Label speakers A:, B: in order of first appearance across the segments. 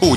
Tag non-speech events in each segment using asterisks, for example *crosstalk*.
A: 不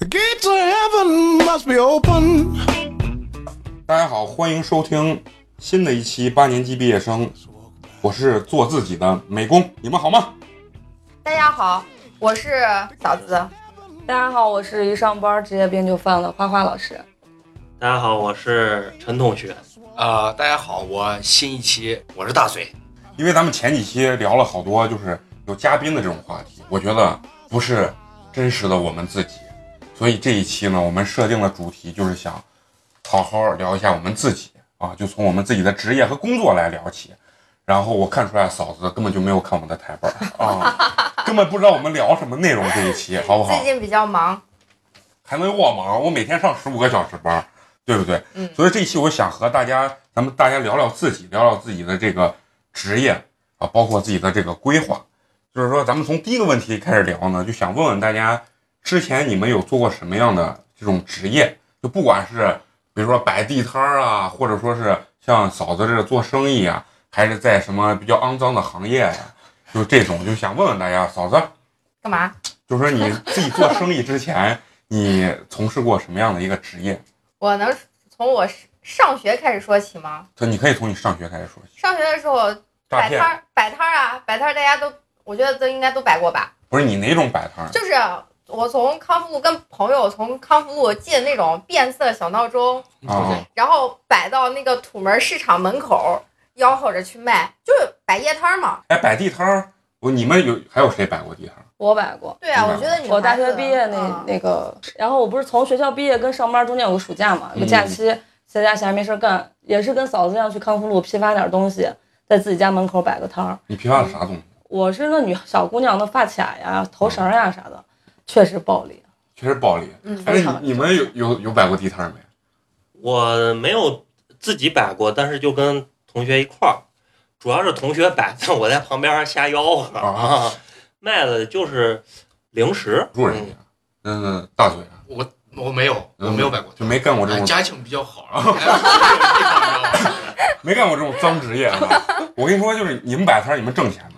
B: The gates of heaven must be open.
A: 大家好，欢迎收听新的一期八年级毕业生，我是做自己的美工，你们好吗？
C: 大家好，我是嫂子。
D: 大家好，我是一上班职业病就犯了花花老师。
E: 大家好，我是陈同学。
F: 呃，大家好，我新一期我是大嘴，
A: 因为咱们前几期聊了好多就是有嘉宾的这种话题，我觉得不是真实的我们自己，所以这一期呢，我们设定的主题就是想好好聊一下我们自己啊，就从我们自己的职业和工作来聊起。然后我看出来嫂子根本就没有看我们的台本儿啊，根本不知道我们聊什么内容这一期，好不好
C: 最？近比较忙，
A: 还能有我忙？我每天上十五个小时班，对不对？
C: 嗯
A: 所以这一期我想和大家，咱们大家聊聊自己，聊聊自己的这个职业啊，包括自己的这个规划。就是说，咱们从第一个问题开始聊呢，就想问问大家，之前你们有做过什么样的这种职业？就不管是比如说摆地摊儿啊，或者说是像嫂子这做生意啊，还是在什么比较肮脏的行业呀、就这种，就想问问大家，嫂子，
C: 干嘛？
A: 就是说你自己做生意之前，你从事过什么样的一个职业？
C: 我能从我上学开始说起吗？
A: 就你可以从你上学开始说起。
C: 上学的时候
A: 诈
C: 摆摊
A: 骗
C: 儿，摆摊儿啊，摆摊儿，大家都我觉得都应该都摆过吧。
A: 不是你哪种摆摊儿？
C: 就是我从康复路跟朋友从康复路借那种变色小闹钟，
A: 啊，
C: 然后摆到那个土门市场门口，吆喝着去卖，就是摆夜摊儿嘛。
A: 哎，摆地摊儿，我你们有还有谁摆过地摊儿？
D: 我摆过，
C: 对啊，
A: 明白
C: 我觉得你
D: 我大学毕业那、
C: 嗯
D: 那个，然后我不是从学校毕业跟上班中间有个暑假嘛，有个
A: 嗯
D: 假期，在家闲着没事儿干，也是跟嫂子一样去康复路批发点东西，在自己家门口摆个摊儿。
A: 你批发的啥东西？
D: 我是那女小姑娘的发卡呀、头绳呀啥的，确实暴力。
A: 确实暴力。
C: 嗯
A: 哎，你你们有有有摆过地摊儿没？
E: 我没有自己摆过，但是就跟同学一块儿，主要是同学摆，但我在旁边瞎吆喝
A: 啊，
E: 卖的就是零食。
A: 住人家，嗯，大嘴啊，
F: 我我没有，我没有摆过，
A: 嗯就没干过这
F: 哎
A: 种
F: 家境比
A: *laughs*
F: 较好，然后还有地方然后
A: 没干过这种脏职
C: *laughs*
A: 业啊。我跟你说，就是你们摆摊儿，你们挣钱没？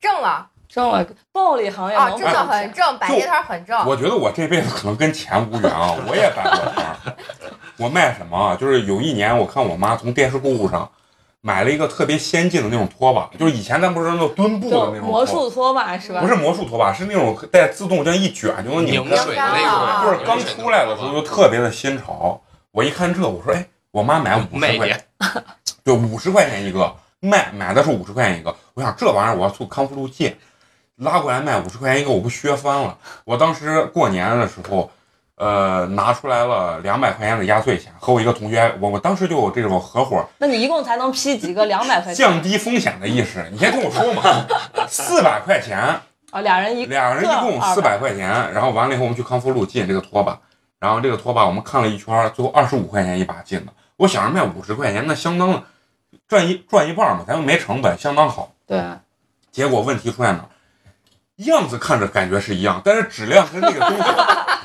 C: 挣了
D: 挣了暴力行业
C: 啊，
D: 能
C: 真
D: 挣
C: 的
D: 钱
C: 很挣，摆夜摊儿很
D: 啊
C: 挣。
A: 我觉得我这辈子可能跟钱无缘啊，我也摆过摊儿。我卖什么啊？就是有一年，我看我妈从电视购物上买了一个特别先进的那种拖把，就是以前咱不是那种墩布的
D: 就
A: 那种拖
D: 魔
A: 把
D: 术拖把是吧？
A: 不是魔术拖把，是那种带自动这样一卷就能拧
F: 拧
A: 开，
F: 水的那
A: 就
F: 种，
A: 是刚出来的时候就特别的新潮。我一看这，我说哎，我妈买五
F: 卖
A: 十
F: 一
A: 块， *laughs*
F: 点，
A: 对，五十块钱一个，卖买的是五十块钱一个。我想这玩意儿我要从康复路借，拉过来卖五十块钱一个，我不削翻了？我当时过年的时候，呃，拿出来了两百块钱的压岁钱，和我一个同学，我我当时就有这种合伙
D: 那你一共才能批几个？两百块钱
A: 降低风险的意识。你先跟我说嘛，四百块钱。
D: 啊，俩人一
A: 俩人一共四百块钱，然后完了以后我们去康复路借这个拖把，然后这个拖把我们看了一圈，最后二十五块钱一把进的。我想着卖五十块钱，那相当赚一赚一半嘛，咱们没成本，相当好。
D: 对，
A: 结果问题出在哪儿？样子看着感觉是一样，但是质量跟那个东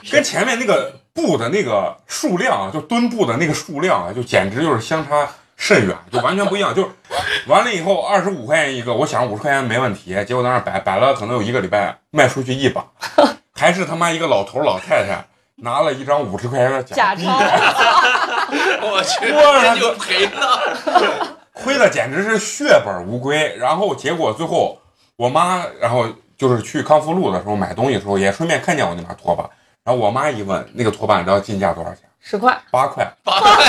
A: 西，跟前面那个布的那个数量啊，就墩布的那个数量啊，就简直就是相差甚远，就完全不一样。就是完了以后，二十五块钱一个，我想五十块钱没问题，结果在那儿摆摆了可能有一个礼拜，卖出去一把，还是他妈一个老头儿老太太拿了一张五十块钱的
D: 假
A: 币，
D: 钞。
F: 我
A: *laughs*
F: 去，
A: 哇
F: 这就赔了。
A: 亏的简直是血本无归。然后结果最后我妈，然后就是去康复路的时候买东西的时候，也顺便看见我那把拖把。然后我妈一问，那个拖把你知道进价多少钱？
D: 十块，
A: 八块。
F: 八块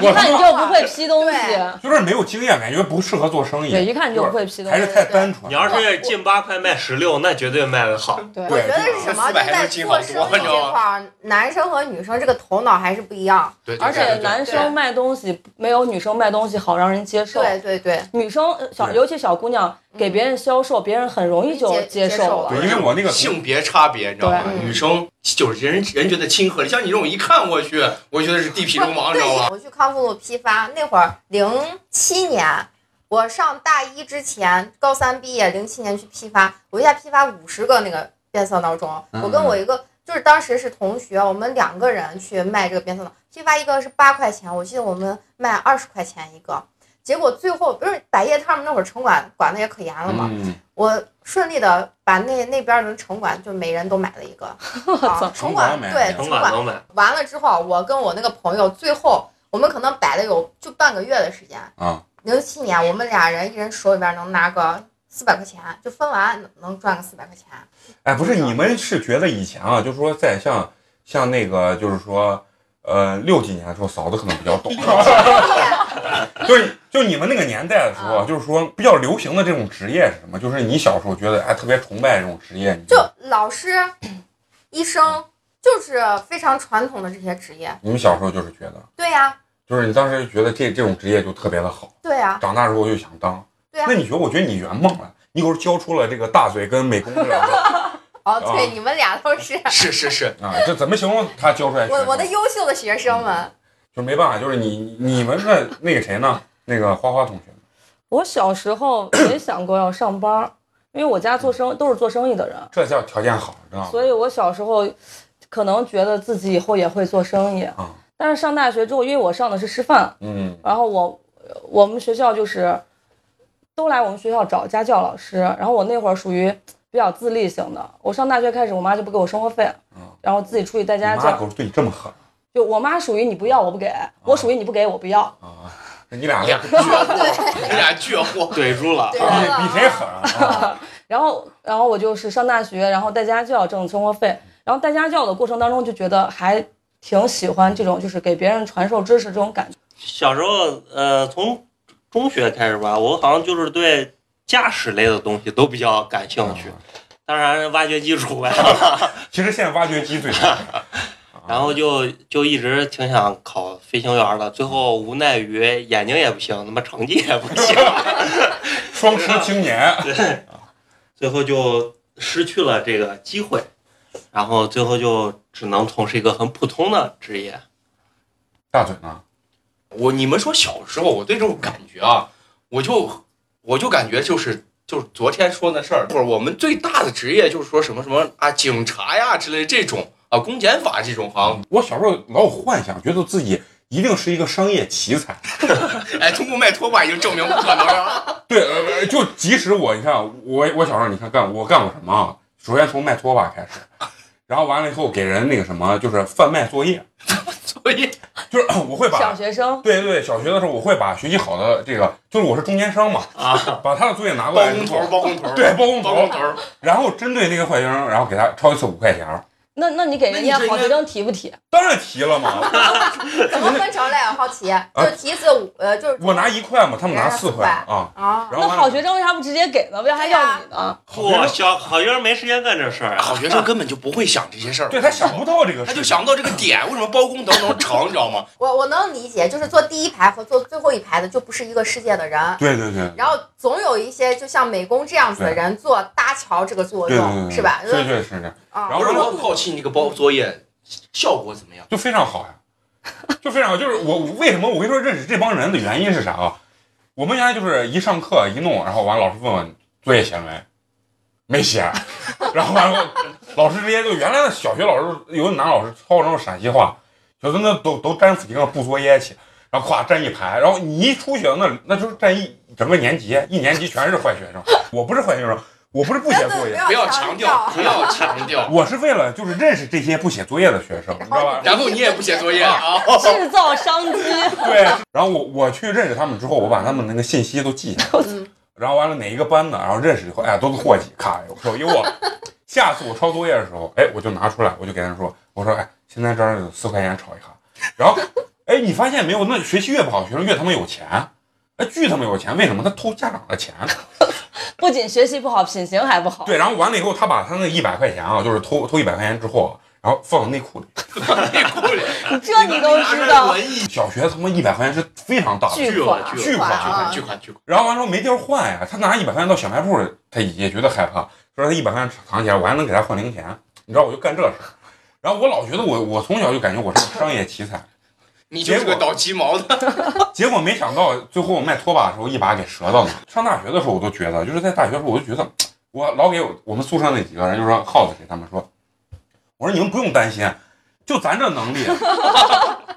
D: 一看你就不会批东西，
A: 就是没有经验，感觉不适合做生
D: 对，
A: 意，
D: 一看你就不会批东西，
A: 还是太单纯。
E: 你要是进八块卖十六，那绝对卖的好。
D: 对。
C: 我
A: 对
C: 觉得是什么？就
F: 400
C: 在做生意
F: 还能进
C: 这
F: 好
C: 块儿，
F: *laughs*
C: 男生和女生这个头脑还是不一样。
F: 对，对
D: 而且
F: 对对
D: 男生卖东西没有女生卖东西好让人接
F: 哦
D: 受，
C: 对对对，
D: 女生呃小
A: 对
D: 尤其小姑娘给别人销售，别人很容易就
C: 接
D: 接
C: 接
D: 受
C: 受
D: 了
A: 对。因为我那个
F: 性别差别，你知道吗？
C: 对
F: 女生就是人人觉得亲和力，像你这种一看我去，我觉得是地痞流氓，你知道
C: 对，
F: 吗？
C: 我去康复路批发那会儿，零七年，我上大一之前，高三毕业，零七年去批发，我一下批发五十个那个变色闹钟。
A: 嗯
C: 我跟我一个就是当时是同学，我们两个人去卖这个变色闹，批发一个是八块钱，我记得我们卖二十块钱一个。结果最后不是百叶他们那会儿城管管的也可严了嘛，
A: 嗯，
C: 我顺利的把那那边儿的城管就每人都买了 *laughs* 一个，啊、
A: 城
C: 城
A: 管
C: 管
A: 买
C: 对
A: 了
E: 城
C: 城
E: 管
C: 管
E: 能买，
C: 完了之后，我跟我那个朋友最后我们可能摆了有就半个月的时间
A: 啊。
C: 零七年，我们俩人一人手里边能拿个四百块钱，就分完能能赚个四百块钱。
A: 哎，不是，你们是觉得以前啊，就是说在像像那个，就是说，呃，六几年的时候，嫂子可能比较
C: *laughs*
A: 懂，就是就你们那个年代的时候啊，就是说比较流行的这种职业是什么？就是你小时候觉得哎特别崇拜这种职业，你
C: 就老师、医生，就是非常传统的这些职业。
A: 你们小时候就是觉得，
C: 对呀、
A: 就是你当时觉得这这种职业就特别的好，
C: 对呀、
A: 长大之后就想当。
C: 啊对啊呀、
A: 那你觉得？我觉得你圆梦了，你可是教出了这个大嘴跟美工这两个
C: 哦，对，
A: 啊
C: 你们俩都
A: *laughs*
C: 是
F: 是是是，
A: 啊，这怎么形容他教出来学
C: 我
A: 生？
C: 我的优秀的学生们。
A: 就没办法，就是你你们的那个谁呢？那个花花同学，
D: 我小时候没想过要上班儿，因为我家做生都是做生意的人，
A: 这叫条件好，知道吗？
D: 所以我小时候可能觉得自己以后也会做生意。
A: 啊
D: 但是上大学之后，因为我上的是师范，
A: 嗯
D: 然后我我们学校就是都来我们学校找家教老师，然后我那会儿属于比较自立型的。我上大学开始，我妈就不给我生活费
A: 嗯，
D: 然后自己出去带
A: 你
D: 家
A: 妈
D: 教
A: 狗。对你这么狠
D: 就我妈属于你不要我不给，我属于你不给我不要。
A: 啊？那你俩
F: 俩
A: 比
F: 倔货，俩倔货，
E: 怼住了
C: 对。
A: 比谁狠
D: *laughs*
A: 啊？
D: 然后，然后我就是上大学，然后带家教挣生活费，然后带家教的过程当中就觉得还挺喜欢这种就是给别人传授知识这种感觉。
E: 小时候，呃，从中学开始吧，我好像就是对驾驶类的东西都比较感兴
A: 啊
E: 趣，当然挖掘机除外。
A: 其实现在挖掘机最狠，
E: 然后就就一直挺想考飞行员的，最后无奈于眼睛也不行，他妈成绩也不行，
A: 双失青年，
E: 对，最后就失去了这个机会，然后最后就只能从事一个很普通的职业。
A: 大嘴呢？
F: 我你们说小时候我对这种感觉啊，我就我就感觉就是就是昨天说那事儿，或者我们最大的职业就是说什么什么啊，警察呀之类这种啊，公检法这种行，
A: 我小时候老有幻想，觉得自己一定是一个商业奇才。
F: 哎，通过卖拖把已经证明不可能 *laughs* 了。
A: 对，呃，就即使我，你看我我小时候，你看干我干过什么啊？首先从卖拖把开始，然后完了以后给人那个什么，就是贩卖作业，
F: 所以
A: 就是我会把
D: 小学生
A: 对对，对，小学的时候我会把学习好的这个，就是我是中间商嘛，
E: 啊，
A: 把他的作业拿过
F: 包
A: 来，
F: 工头儿，包工头儿，
A: 对包工头
F: 包
A: 儿
F: 工头儿，
A: 然后针对那个坏学生，然后给他抄一次五块钱，
D: 那那你给人家
F: 那你这应该
D: 好学生提不提？
A: 当然提了嘛，
C: 怎么分成类啊？好奇，就是提一次五，呃，就是
A: 我拿一块嘛，他们拿四块啊，
C: 啊，
A: 然后
D: 那好
A: 完了
D: 学生为啥不直接给呢？为啥还要你呢？
E: 我小好学生没时间干这事儿
F: *laughs*
E: 啊。
F: 好学生根本就不会想这些事儿，
A: 对他想不到这个
F: 他
A: 事，
F: 就想不到这个点，为什么包工头能成，你知道吗？
C: 我我能理解，就是坐第一排和坐最后一排的就不是一个世界的人。
A: 对对对，
C: 然后总有一些就像美工这样子的人做搭桥这个作
A: 哎对对对
C: 用，
A: 对，
C: 是吧？
A: 对对是这样，
C: 啊，
A: 然后
F: 不是我很好奇你这个包作业效果怎么样？
A: 就非常好呀，就非常好，就是我为什么我跟你说认识这帮人的原因是啥啊？我们原来就是一上课一弄，然后完了老师问问作业写了没，没写，然后完了老师直接就原来的小学老师有的男老师操那种陕西话，就那都都粘附近上布作业去，然后咵站一排，然后你一出去那那就是站一整个年级，一年级全是坏学生，我不是坏学生，我不是不写作业。
F: 不
C: 呃不
F: 要
C: 要
F: 强
C: 强
F: 调，
C: 调
F: 不要强调，
A: 我是为了就是认识这些不写作业的学生，你知道吧？
F: 然后你也不写作业 *laughs* 啊？
D: 制造商机，
A: 对，然后我我去认识他们之后，我把他们那个信息都记下来，
C: 嗯
A: 然后完了哪一个班的，然后认识以后，哎，都是伙计，咔，手一握。下次我抄作业的时候，哎，我就拿出来，我就给他说，我说，哎，现在这儿有四块钱炒一下，然后哎，你发现没有？那学习越不好，学生越他妈有钱，哎，巨他妈有钱。为什么？他偷家长的钱。
D: 不仅学习不好，品行还不好。
A: 对，然后完了以后，他把他那一百块钱啊，就是偷偷一百块钱之后，然后放到内裤里。
F: 内裤里，
A: 啊
D: 这你都知道，
F: 文艺
A: 小学他妈一百块钱是非常大的，
D: 巨
F: 巨
D: 款
F: 款，
A: 巨款嗯
F: 巨
C: 啊
F: 款，巨款，巨款。
A: 然后完了没地儿换呀，他拿一百块钱到小卖部，他也觉得害怕，说他一百块钱藏起来，我还能给他换零钱。你知道，我就干这事儿。然后我老觉得我我从小就感觉我是个商业奇才，
F: 你就是
A: 结
F: 个
A: 果
F: 倒鸡毛的，
A: 结果没想到，最后我卖拖把的时候一把给折到了。上大学的时候，我都觉得，就是在大学的时候，我就觉得，我老给我我们宿舍那几个人，就说耗子给他们说，我说你们不用担心，就咱这能力，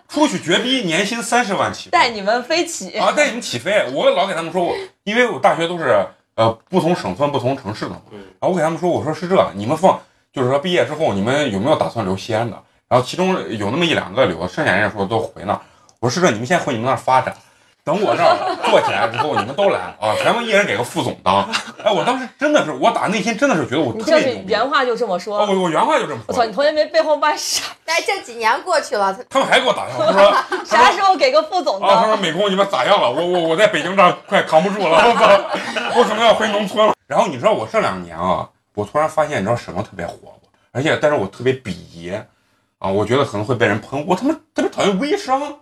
A: 出去绝逼年薪三十万起步
D: 带你们飞起。
A: 啊，带你们起飞。我老给他们说，我因为我大学都是呃不同省份、不同城市的嘛，
E: 嗯
A: 然后我给他们说，我说是这，你们放就是说毕业之后，你们有没有打算留西安的？然后其中有那么一两个留，剩下人家说都回那儿。我说是这，你们先回你们那儿发展，等我这儿做起来之后，你们都来啊，全部一人给个副总当。哎，我当时真的是，我打内心真的是觉得我
D: 你
A: 特
D: 这
A: 别
D: 是
A: 牛逼。
D: 原话就这么
A: 哦，
D: 说。
A: 我我原话就这么
D: 我操，
A: 说
D: 你，同学没背后骂傻，
C: *laughs* 但是这几年过去了，他
A: 他们还给我打电啊话，他说
D: 啥时候给个副总
A: 啊，他说
D: 当？
A: 美工你们咋样了？我我我在北京这儿快扛不住了，我操，我可能要回农村了。然后你知道我这两年啊，我突然发现你知道什么特别火吗？而且但是我特别鄙夷啊，我觉得可能会被人喷，我他妈特别讨厌微商。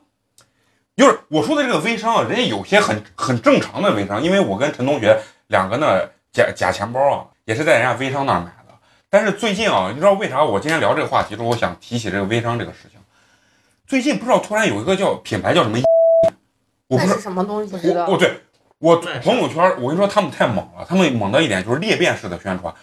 A: 就是我说的这个微商啊，人家有些很很正常的微商，因为我跟陈同学两个呢假假钱包啊，也是在人家微商那儿买的。但是最近啊，你知道为啥我今天聊这个话题的时候，我想提起这个微商这个事情？最近不知道突然有一个叫品牌叫什么， *laughs* 我不
C: 那
A: 知道
C: 是什么东西？
D: 知道
A: 我我哦对我
E: 那是
A: 朋友圈儿，我跟你说他们太猛了，他们猛到一点就是裂变式的宣传，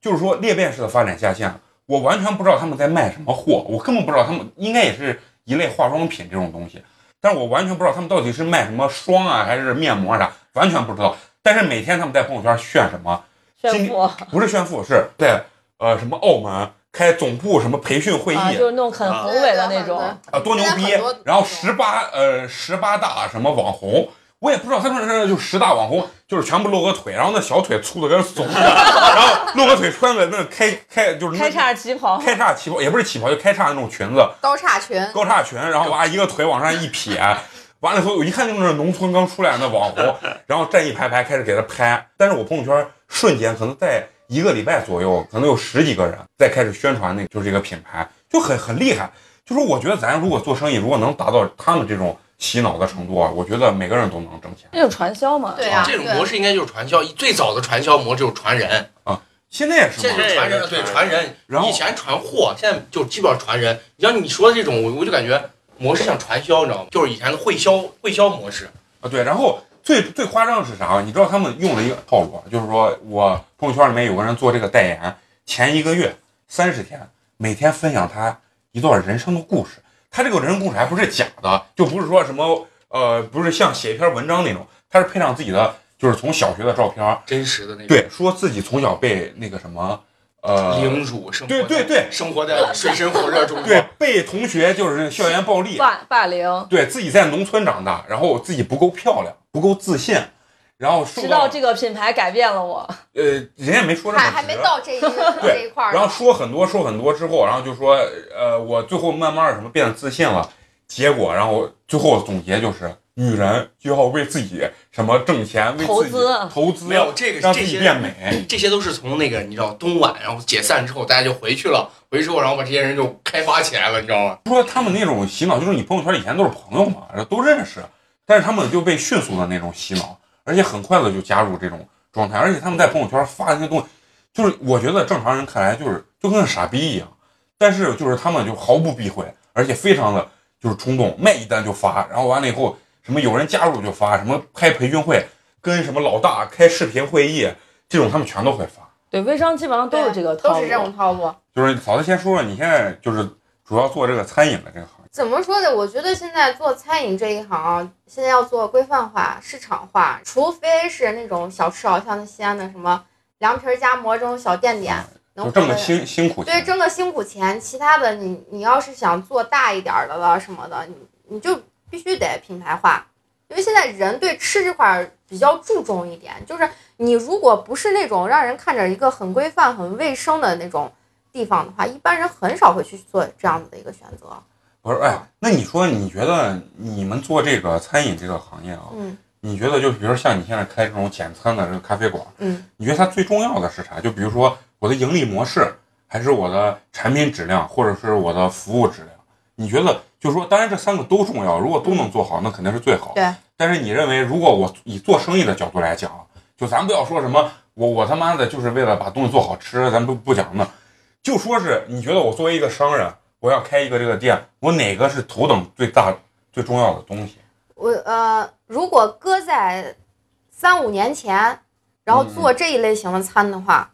A: 就是说裂变式的发展下线了。我完全不知道他们在卖什么货，我根本不知道他们应该也是一类化妆品这种东西，但是我完全不知道他们到底是卖什么霜啊还是面膜啊啥，完全不知道。但是每天他们在朋友圈炫什么，
D: 炫富啊，
A: 不是炫富，是在呃什么澳门开总部什么培训会议，
D: 就是那种很宏伟的那种。
A: 啊，多牛逼
C: 现在很多！
A: 然后十八呃十八大什么网红，我也不知道他们这就十大网红，就是全部露个腿，然后那小腿粗的跟怂，然后露个腿穿个那开开就是那
D: 开叉旗袍，
A: 开叉旗袍，也不是旗袍，就开叉那种裙子，
C: 高叉裙，
A: 高叉裙，然后哇一个腿往上一撇，完了以后我一看就是农村刚出来的网红，然后站一排排开始给他拍，但是我朋友圈瞬间可能在一个礼拜左右，可能有十几个人在开始宣传那个就是这个品牌，就很很厉害。就是我觉得咱如果做生意，如果能达到他们这种洗脑的程度啊，我觉得每个人都能挣钱。
D: 那种传销嘛。
C: 对啊，
F: 这种
C: 对
F: 模式应该就是传销。最早的传销模式就是传人，
A: 现在也是
F: 现
A: 嘛，
F: 在是传
E: 现
F: 人
E: 在也是
F: 对
E: 传
F: 传
E: 人
F: 人，
A: 然后
F: 以前传货，现在就基本上传人。你像你说的这种，我我就感觉模式像传销，你知道吗？就是以前的会销会销模式，
A: 啊，对，然后最最夸张的是啥？你知道他们用了一个套路啊，就是说我朋友圈里面有个人做这个代言，前一个月三十天，每天分享他一段人生的故事。他这个人生故事还不是假的，就不是说什么呃，不是像写一篇文章那种，他是配上自己的，就是从小学的照片儿，
F: 真实的那种
A: 对，说自己从小被那个什么呃，
F: 凌辱生活
A: 对
F: 在。
A: 对对
F: 生活在水深火热中。
A: 对，被同学就是校园暴力，
D: 霸霸凌，
A: 对自己在农村长大，然后自己不够漂亮，不够自信，然后受
D: 直
A: 到
D: 到这个品牌改变了我。
A: 呃，人家没说这么
C: 还
A: 直，
C: 还没到这
A: *laughs*
C: 一这一块儿
A: 然
C: 呢。
A: 后说很多，说很多之后，然后就说，呃，我最后慢慢儿什么变得自信了，结果，然后最后总结就是，女人就要为自己什么挣钱，为
D: 投
A: 自己
D: 资
A: 投资，
F: 没有这个
A: 让自
F: 这
A: 己
F: 些
A: 变美。
F: 这些都是从那个你知道东莞，然后解散之后，大家就回去了，回去之后，然后把这些人就开发起来了，你知道吗？
A: 说他们那种洗脑，就是你朋友圈以前都是朋友嘛，都认识，但是他们就被迅速的那种洗脑，而且很快的就加入这种状态，而且他们在朋友圈发那些东西，就是我觉得正常人看来就是就跟傻逼一样，但是就是他们就毫不避讳，而且非常的就是冲动，卖一单就发，然后完了以后什么有人加入就发，什么开培训会，跟什么老大开视频会议，这种他们全都会发。
D: 对，微商基本上都
C: 对
D: 是这个套
C: 都
D: 路。
C: 是这种套路。
A: 就是嫂子先说说你现在就是主要做这个餐饮的这个行业，
C: 怎么说的？我觉得现在做餐饮这一行啊，现在要做规范化、市场化，除非是那种小吃小巷的西安的什么凉皮儿夹馍这种小店点，能
A: 就挣
C: 活
A: 个
C: 得
A: 辛辛苦钱。
C: 对，挣个辛苦钱，其他的你你要是想做大一点儿的了什么的，你你就必须得品牌化，因为现在人对吃这块儿比较注重一点，就是你如果不是那种让人看着一个很规范、很卫生的那种地方的话，一般人很少会去做这样子的一个选择。
A: 不是，哎，那你说，你觉得你们做这个餐饮这个行业啊，
C: 嗯
A: 你觉得就比如像你现在开这种简餐的这个咖啡馆，
C: 嗯
A: 你觉得它最重要的是啥？就比如说我的盈利模式，还是我的产品质量，或者是我的服务质量？你觉得就是说，当然这三个都重要，如果都能做好，那肯定是最好。
C: 嗯对。
A: 但是你认为，如果我以做生意的角度来讲啊，就咱不要说什么我我他妈的就是为了把东西做好吃，咱不不讲那，就说是你觉得我作为一个商人，我要开一个这个店，我哪个是头等最大最重要的东西？
C: 我呃，如果搁在三五年前，然后做这一类型的餐的话，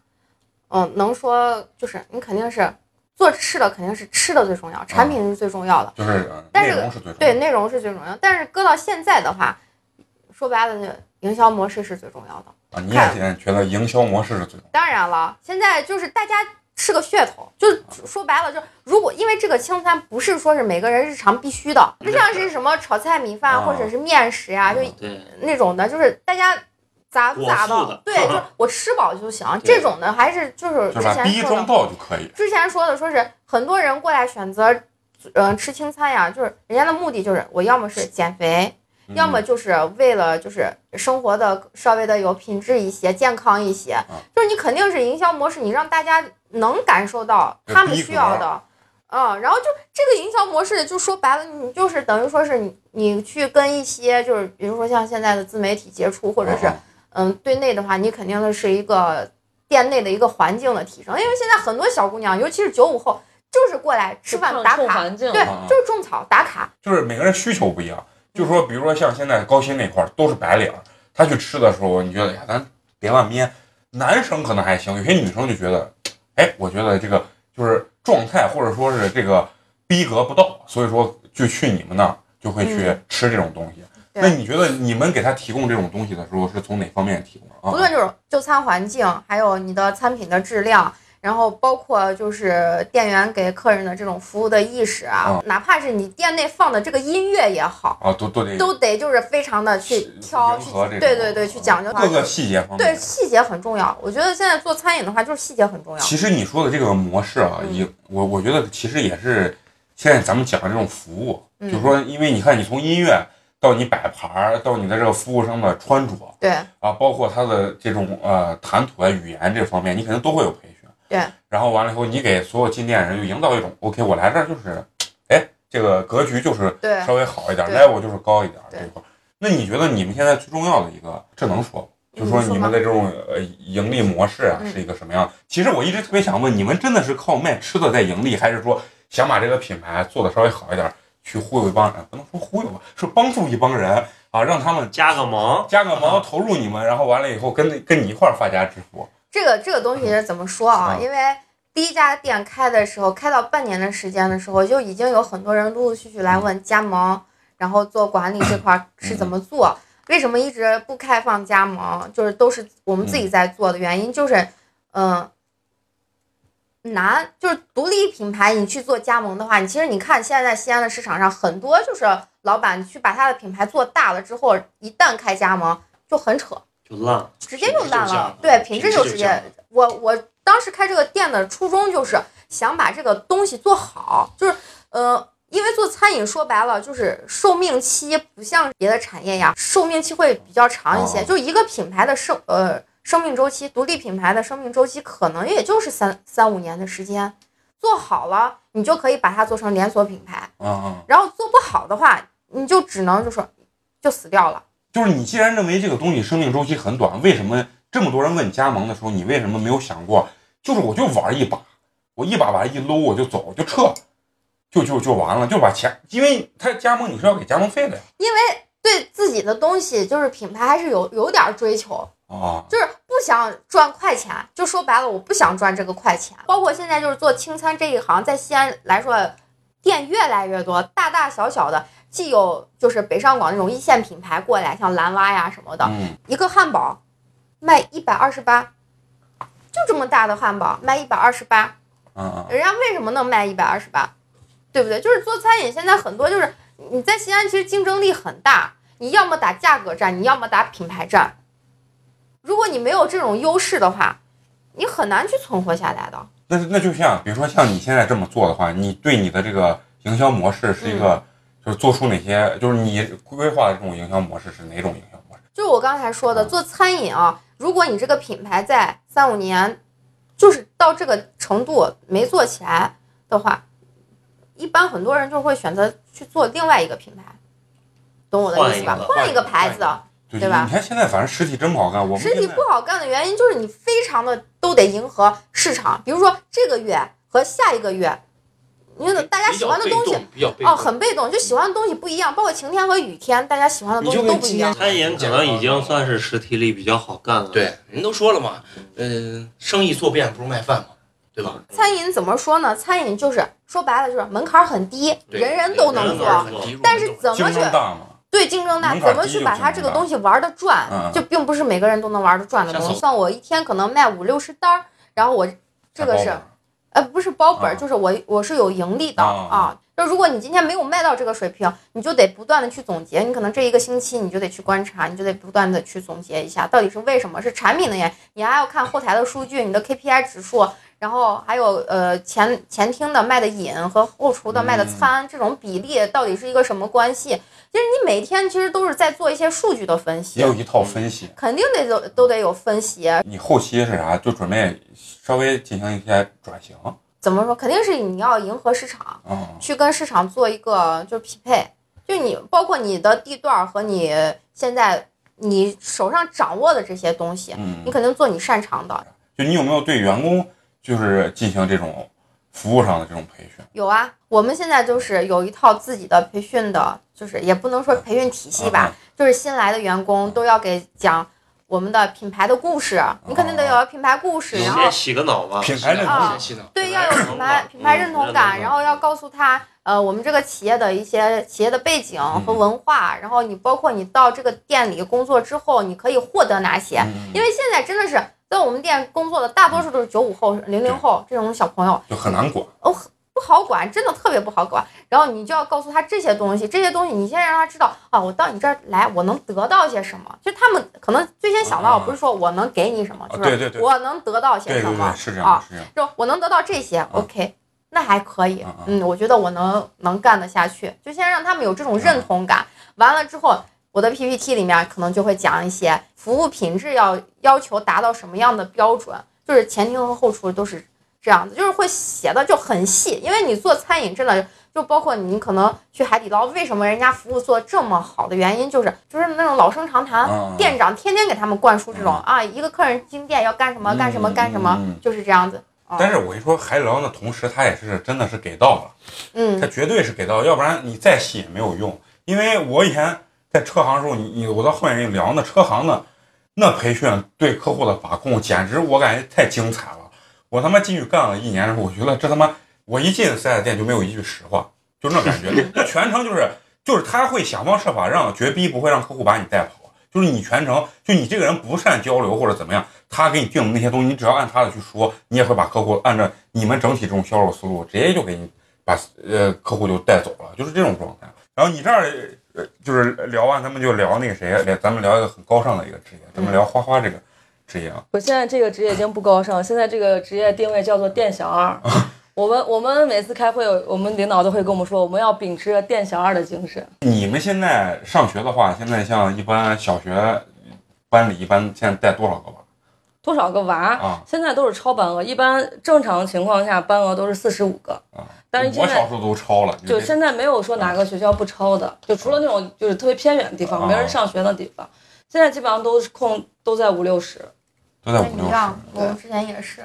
C: 嗯、能说就是你肯定是做吃的，肯定是吃的最重要，产品是最重要的，
A: 就是呃
C: 但是
A: 内容是最重要的。
C: 对，内容是最重要。但是搁到现在的话，说白了，就营销模式是最重要的。
A: 啊，你也现在觉得营销模式是最重
C: 当然了，现在就是大家吃个噱头，就是说白了，就是如果因为这个轻餐不是说是每个人日常必须的，不像是什么炒菜米饭
A: 啊
C: 或者是面食呀、就
E: 对，
C: 那种的，就是大家砸不砸
E: 果腹
C: 的
E: 的，
C: 对，就是我吃饱就行。
E: 对
C: 这种的还是就是
A: 要的，就
C: 之
A: 是把
C: 前
A: 第一
C: 说
A: 装
C: 的，
A: 到就可以。
C: 之前说的说是很多人过来选择，嗯、吃清餐呀，就是人家的目的就是我要么是减肥，
A: 嗯
C: 要么就是为了就是生活的稍微的有品质一些、健康一
A: 啊
C: 些，就是你肯定是营销模式，你让大家能感受到
A: 这
C: 他们
A: 逼
C: 需要
A: 格
C: 的。嗯，然后就这个营销模式，就说白了，你就是等于说是你你去跟一些就是比如说像现在的自媒体接触，或者是
A: 啊
C: 嗯对内的话，你肯定是一个店内的一个环境的提升，因为现在很多小姑娘，尤其是九五后，就是过来吃饭
D: 就
C: 打
D: 抗
C: 卡，
D: 环境，
C: 对
A: 啊，
C: 就是种草打卡，
A: 就是每个人需求不一样。就说比如说像现在高新那块儿都是白领儿，他去吃的时候，你觉得呀，咱别乱咩。男生可能还行，有些女生就觉得，哎，我觉得这个就是状态或者说是这个逼格不到，所以说就去你们那儿就会去吃这种东西。
C: 嗯对
A: 那你觉得你们给他提供这种东西的时候是从哪方面提供
C: 无
A: 啊？
C: 论就是就餐环境，还有你的餐品的质量。然后包括就是店员给客人的这种服务的意识啊
A: 啊，
C: 哪怕是你店内放的这个音乐也好，
A: 啊，都都得
C: 都得就是非常的去
A: 是
C: 挑，
A: 迎
C: 去
A: 合这
C: 对
A: 种嗯
C: 对对，去讲究它
A: 各个细节方面。
C: 对细节很重要。我觉得现在做餐饮的话，就是细节很重要。
A: 其实你说的这个模式啊，
C: 嗯
A: 也我我觉得其实也是现在咱们讲的这种服务，
C: 嗯
A: 就是说，因为你看你从音乐到你摆盘儿，到你的这个服务生的穿着
C: 对
A: 啊，包括他的这种呃谈吐啊、语言这方面，你肯定都会有培训。
C: 对。
A: 然后完了以后，你给所有进店人就营造一种 OK，我来这儿就是，哎，这个格局就是
C: 对
A: 稍微好一点
C: 对
A: ，level 就是高一点这
C: 对
A: 块儿。那你觉得你们现在最重要的一个，这能说吗？就
C: 嗯
A: 是说
C: 说
A: 你
C: 吧
A: 们的这种呃盈利模式啊
C: 嗯
A: 是一个什么样？其实我一直特别想问，你们真的是靠卖吃的在盈利，还是说想把这个品牌做的稍微好一点，去忽悠一帮人？不能说忽悠吧，是帮助一帮人啊，让他们
E: 加个盟，
A: 加个盟，投入你们，然后完了以后跟跟你一块儿发家致富。
C: 这个这个
E: 嗯
C: 东西是怎么说啊
A: 啊？
C: 因为第一家店开的时候，开到半年的时间的时候，就已经有很多人陆陆续续来
E: 嗯
C: 问加盟，然后做管理这块儿是怎么做。为什么一直不开放加盟？就是都是我们自
E: 嗯
C: 己在做的原因，就是，嗯、难，就是独立品牌你去做加盟的话，你其实你看现在西安的市场上很多就是老板去把他的品牌做大了之后，一旦开加盟就很扯，
E: 就烂，
C: 直接就烂
E: 品质就降
C: 了
E: 了。
C: 对，
E: 品
C: 品
E: 质
C: 质
E: 就
C: 就直
E: 降了
C: 接。我我当时开这个店的初衷就是想把这个东西做好，就是呃，因为做餐饮说白了就是寿命期不像别的产业呀，寿命期会比较长一些。
A: 哦
C: 就一个品牌的生呃生命周期，独立品牌的生命周期可能也就是三三五年的时间，做好了你就可以把它做成连锁品牌，
A: 嗯嗯，
C: 然后做不好的话，你就只能就说就死掉了。
A: 就是你既然认为这个东西生命周期很短，为什么这么多人问你加盟的时候，你为什么没有想过，就是我就玩一把，我一把把它一搂我就走，我就撤，就就就完了，就把钱，因为他加盟你是要给加盟费的呀。
C: 对自己的东西，就是品牌还是有有点追求，
A: 啊，
C: 就是不想赚快钱。就说白了，我不想赚这个快钱。包括现在就是做清餐这一行，在西安来说，店越来越多，大大小小的，既有就是北上广那种一线品牌过来，像蓝蛙呀什么的，
A: 嗯，
C: 一个汉堡卖一百二十八，就这么大的汉堡卖一百二十八，
A: 嗯嗯，
C: 人家为什么能卖一百二十八，对不对？就是做餐饮现在很多就是你在西安其实竞争力很大，你要么打价格战，你要么打品牌战。如果你没有这种优势的话，你很难去存活下来的。
A: 那那就像比如说像你现在这么做的话，你对你的这个营销模式是一个，
C: 嗯
A: 就是做出哪些，就是你规划的这种营销模式是哪种营销模式？
C: 就是我刚才
E: 嗯
C: 说的，做餐饮啊，如果你这个品牌在三五年，就是到这个程度没做起来的话，一般很多人就会选择去做另外一个品牌，懂我的意思吧？
E: 换
C: 换
E: 一
C: 一
E: 个
C: 个牌子，
A: 对
C: 对吧
A: 你看现在反正实体真不好干，我们
C: 实体
A: 现在
C: 不好干的原因就是你非常的都得迎合市场，比如说这个月和下一个月，因为大家喜欢的东西
F: 比较被动
C: 哦很被动，就喜欢的东西不一样，包括晴天和雨天，大家喜欢的
F: 你
C: 东
F: 就
C: 西
F: 跟
C: 都不一
F: 今
C: 样
F: 天。
E: 餐饮可能已经算是实体里比较好干了。，
F: 对，人都说了嘛，嗯、生意做遍不如卖饭嘛，对吧？
C: 餐饮怎么说呢？餐饮就是说白了就是门槛很低，
F: 对
C: 人人都能
E: 人人都
C: 做
E: 能，
C: 但是怎
A: 竞
C: 么
A: 争
C: 去
A: 大嘛，
C: 对竞争大，
A: 门槛
C: 怎么
A: 低
C: 去
A: 就
C: 把
A: 竞
C: 它
A: 争
C: 这个
A: 大
C: 东西玩的转
A: 嗯，
C: 就并不是每个人都能玩得转的
F: 像
C: 东西。
F: 搜
C: 像我一天可能卖五六十单儿，然后我这个
A: 太
C: 是
A: 高了
C: 呃，不是包本
A: 啊
C: 儿，就是我我是有盈利的
A: 啊啊
C: 啊。就如果你今天没有卖到这个水平，你就得不断的去总结，你可能这一个星期你就得去观察，你就得不断的去总结一下，到底是为什么是产品的原因，你还要看后台的数据，你的 KPI 指数，然后还有呃前前厅的卖的饮和后厨的卖
A: 嗯
C: 的餐、这种比例到底是一个什么关系？其实你每天其实都是在做一些数据的分析
A: 也，有一套分析。
C: 肯定得都都得有分析，
A: 你后期是啥？就准备稍微进行一些转型啊
C: 怎么说？肯定是你要迎合市场。
A: 啊
C: 去跟市场做一个就是匹配，就你包括你的地段儿和你现在你手上掌握的这些东西，
A: 嗯
C: 你，肯定做你擅长的。
A: 就你有没有对员工就是进行这种服务上的这种培训？
C: 有啊，我们现在就是有一套自己的培训的，就是也不能说培训体系吧，
A: 啊
C: 就是新来的员工都要给讲我们的品牌的故事，啊你肯定得有品牌故事，然后
E: 先洗个脑嘛。
A: 品牌认
C: 啊
A: 同，
F: 先洗脑，
C: 对，
E: 品
C: 要
E: 牌
C: 有
E: 认
C: 品
E: 同
C: 牌
E: 吧
C: 品牌
E: 嗯
C: 认
E: 认
C: 同
E: 同
C: 感，
E: 感
C: 然后要告诉他，呃，我们这个企业的一些企业的背景和
A: 嗯
C: 文化，然后你包括你到这个店里工作之后，你可以获得哪些？
A: 嗯
C: 因为现在真的是在我们店工作的大多数都是九五后、零零后这种小朋友，哦
A: 就很难管。
C: 不好管，真的特别不好管。然后你就要告诉他这些东西，这些东西你先让他知道啊，我到你这儿来，我能得到些什么？就他们可能最先想到
A: 啊
C: 不是说我能给你什么，
A: 啊
C: 就
A: 对对
C: 是
A: 对
C: 我能得到些
A: 对
C: 什
A: 对
C: 么
A: 对，是这
C: 啊
A: 样，是这样。
C: 就我能得到这些、o k 那还可以
A: 嗯，
C: 嗯，我觉得我能能干得下去，就先让他们有这种
A: 嗯
C: 认同感。完了之后，我的 PPT 里面可能就会讲一些服务品质要要求达到什么样的标准，就是前厅和后厨都是这样子，就是会写的就很细，因为你做餐饮真的。就包括你可能去海底捞，为什么人家服务做得这么好的原因，就是就是那种老生常谈，
A: 嗯
C: 店长天天给他们灌输这种、
A: 嗯
C: 啊，一个客人进店要干什么干什么
A: 嗯
C: 干什么，
A: 嗯嗯
C: 就是这样子。啊
A: 但是我跟你说，海底捞的同时，他也是真的是给到了。
C: 嗯
A: 它，绝对是给到，要不然你再细也没有用。因为我以前在车行的时候，你你我到后面跟你聊，那车行的那培训对客户的把控，简直我感觉太精彩了。我他妈进去干了一年之后，我觉得这他妈我一进四 S 店就没有一句实话，就那感觉，那全程就是就是他会想方设法让绝逼不会让客户把你带跑，就是你全程就你这个人不善交流或者怎么样，他给你定的那些东西，你只要按他的去说，你也会把客户按照你们整体这种销售思路直接就给你把呃客户就带走了，就是这种状态。然后你这儿呃就是聊完，咱们就聊那个谁，聊咱们聊一个很高尚的一个职业，咱
D: 嗯
A: 们聊花花这个职业啊。
D: 我现在这个职业已经不高尚，现在这个职业定位叫做店小二。
A: 啊
D: 我们我们每次开会，我们领导都会跟我们说，我们要秉持着店小二的精神。
A: 你们现在上学的话，现在像一般小学班里一般现在带多少个吧？
D: 多少个娃？
A: 啊
D: 现在都是超班额，一般正常情况下班额都是四十五个，
A: 啊，
D: 但是
A: 我
D: 现
A: 小
D: 在
A: 时候都超了，
D: 就
A: 这
D: 现在没有说哪个学校不超的，就除了那种就是特别偏远的地
A: 啊
D: 方，没人上学的地方，现在基本上都是控都在五六十。
A: 都在
C: 那
A: 五六
C: 一
A: 十，
C: 样，我们之前也是，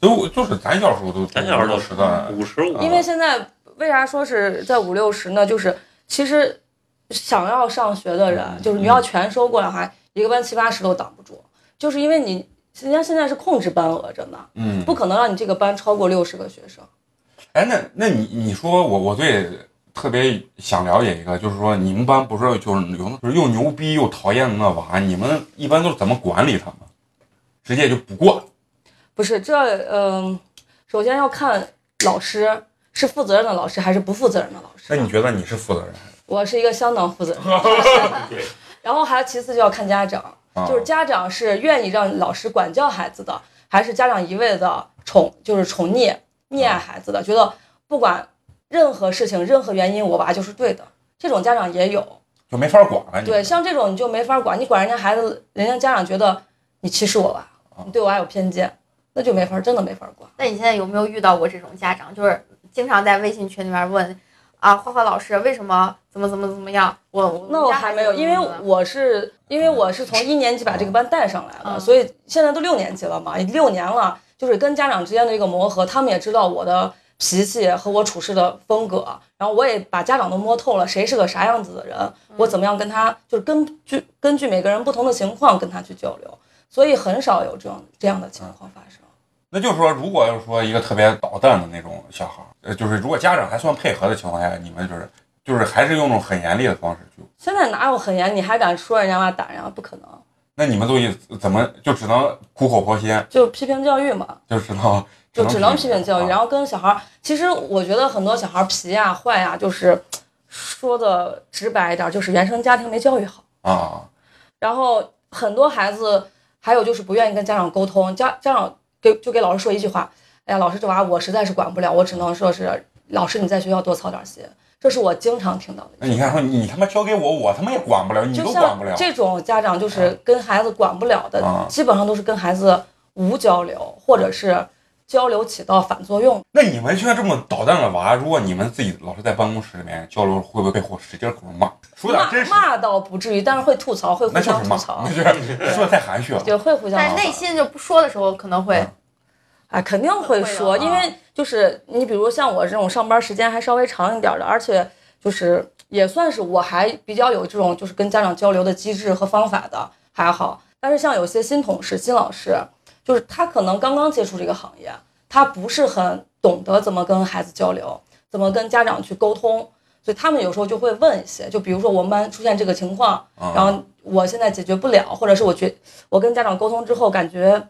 A: 所以我就是咱小时候都
E: 咱小时候嗯
A: 五六十啊的，
E: 五十五，
D: 因为现在为啥说是在五六十呢？就是其实想要上学的人，
A: 嗯
D: 就是你要全收过来的话，一个班七八十都挡不住，就是因为你人家现在是控制班额着呢，
A: 嗯，
D: 不可能让你这个班超过六十个学生。
A: 哎，那那你你说我我对特别想了解一个，就是说你们班不是就是有那就是又牛逼又讨厌的那娃，你们一般都是怎么管理他们？直接就不管
D: 不是这，嗯、首先要看老师是负责任的老师还是不负责任的老
A: 那你
D: 师。
A: 觉得你是负责人？
D: 我是一个相当负责任的老
A: *laughs*
E: 对
D: 师，然后还其次就要看家长，
A: 啊、
D: 就是家长是愿意让老师管教孩子的，
A: 啊
D: 还是家长一味的宠，就是宠溺溺爱孩子的，觉得不管任何事情、任何原因，我娃就是对的。这种家长也有，
A: 就没法管了。你
D: 对，像这种你就没法管，你管人家孩子，人家家长觉得你歧视我娃
A: 啊，
D: 你对我娃有偏见，那就没法，真的没法管。
C: 那你现在有没有遇到过这种家长，就是经常在微信群里面问啊，花花老师为什么怎么怎么怎么样？我我
D: 那我还没有，因为
C: 我
D: 我是因为我是从一年级把这个班带上来
C: 啊
D: 的，所以现在都六年级了嘛，六年了，就是跟家长之间的一个磨合，他们也知道我的脾气和我处事的风格，然后我也把家长都摸透了，谁是个啥样子的人，我怎么样跟他，就是根据根据每个人不同的情况跟他去交流，所以很少有这样这样的情况发生。
A: 那就是说，如果就是说一个特别捣蛋的那种小孩儿，呃，就是如果家长还算配合的情况下，你们就是就是还是用那种很严厉的方式去，
D: 现在哪有很严，你还敢说人家娃打人啊？不可能，
A: 那你们都一怎么就只能苦口婆心，
D: 就批评教育嘛。
A: 就只能
D: 就只能批评教育，然
A: 后
D: 后跟小孩儿，其实我觉得很多小孩儿皮呀、坏呀、就是说的直白一点儿，就是原生家庭没教育好。
A: 啊，
D: 然后很多孩子还有就是不愿意跟家长沟通，家家长给就给老师说一句话，哎呀，老师这娃我实在是管不了，我只能说是老师你在学校多操点心，这是我经常听到的一句话。
A: 那你看说你他妈交给我，我他妈也管不了，你
D: 就
A: 都管
D: 像
A: 不了，
D: 这种家长就是跟孩子管不了的，
A: 啊
D: 基本上都是跟孩子无交流，或者是交流起到反作用。
A: 那你们像这么捣蛋的娃，如果你们自己老是在办公室里面交流，会不会被火使劲儿口骂？说点真实的，
D: 骂骂倒不至于，但是会吐槽，会互
A: 那就是
D: 相吐
A: 骂，
D: 槽
A: 那，就是说的太含蓄了。
D: 对，会互相
C: 但是
D: 吐
C: 内
D: 槽。
C: 心就不说的时候可能会
A: 嗯
D: 哎，肯定会说，
C: 会
A: 的啊
D: 因为就是你比如像我这种上班时间还稍微长一点的，而且就是也算是我还比较有这种就是跟家长交流的机制和方法的，还好。但是像有些新同事、新老师，就是他可能刚刚接触这个行业，他不是很懂得怎么跟孩子交流，怎么跟家长去沟通，所以他们有时候就会问一些，就比如说我们班出现这个情况，
A: 嗯
D: 然后我现在解决不了，或者是我觉我跟家长沟通之后，感觉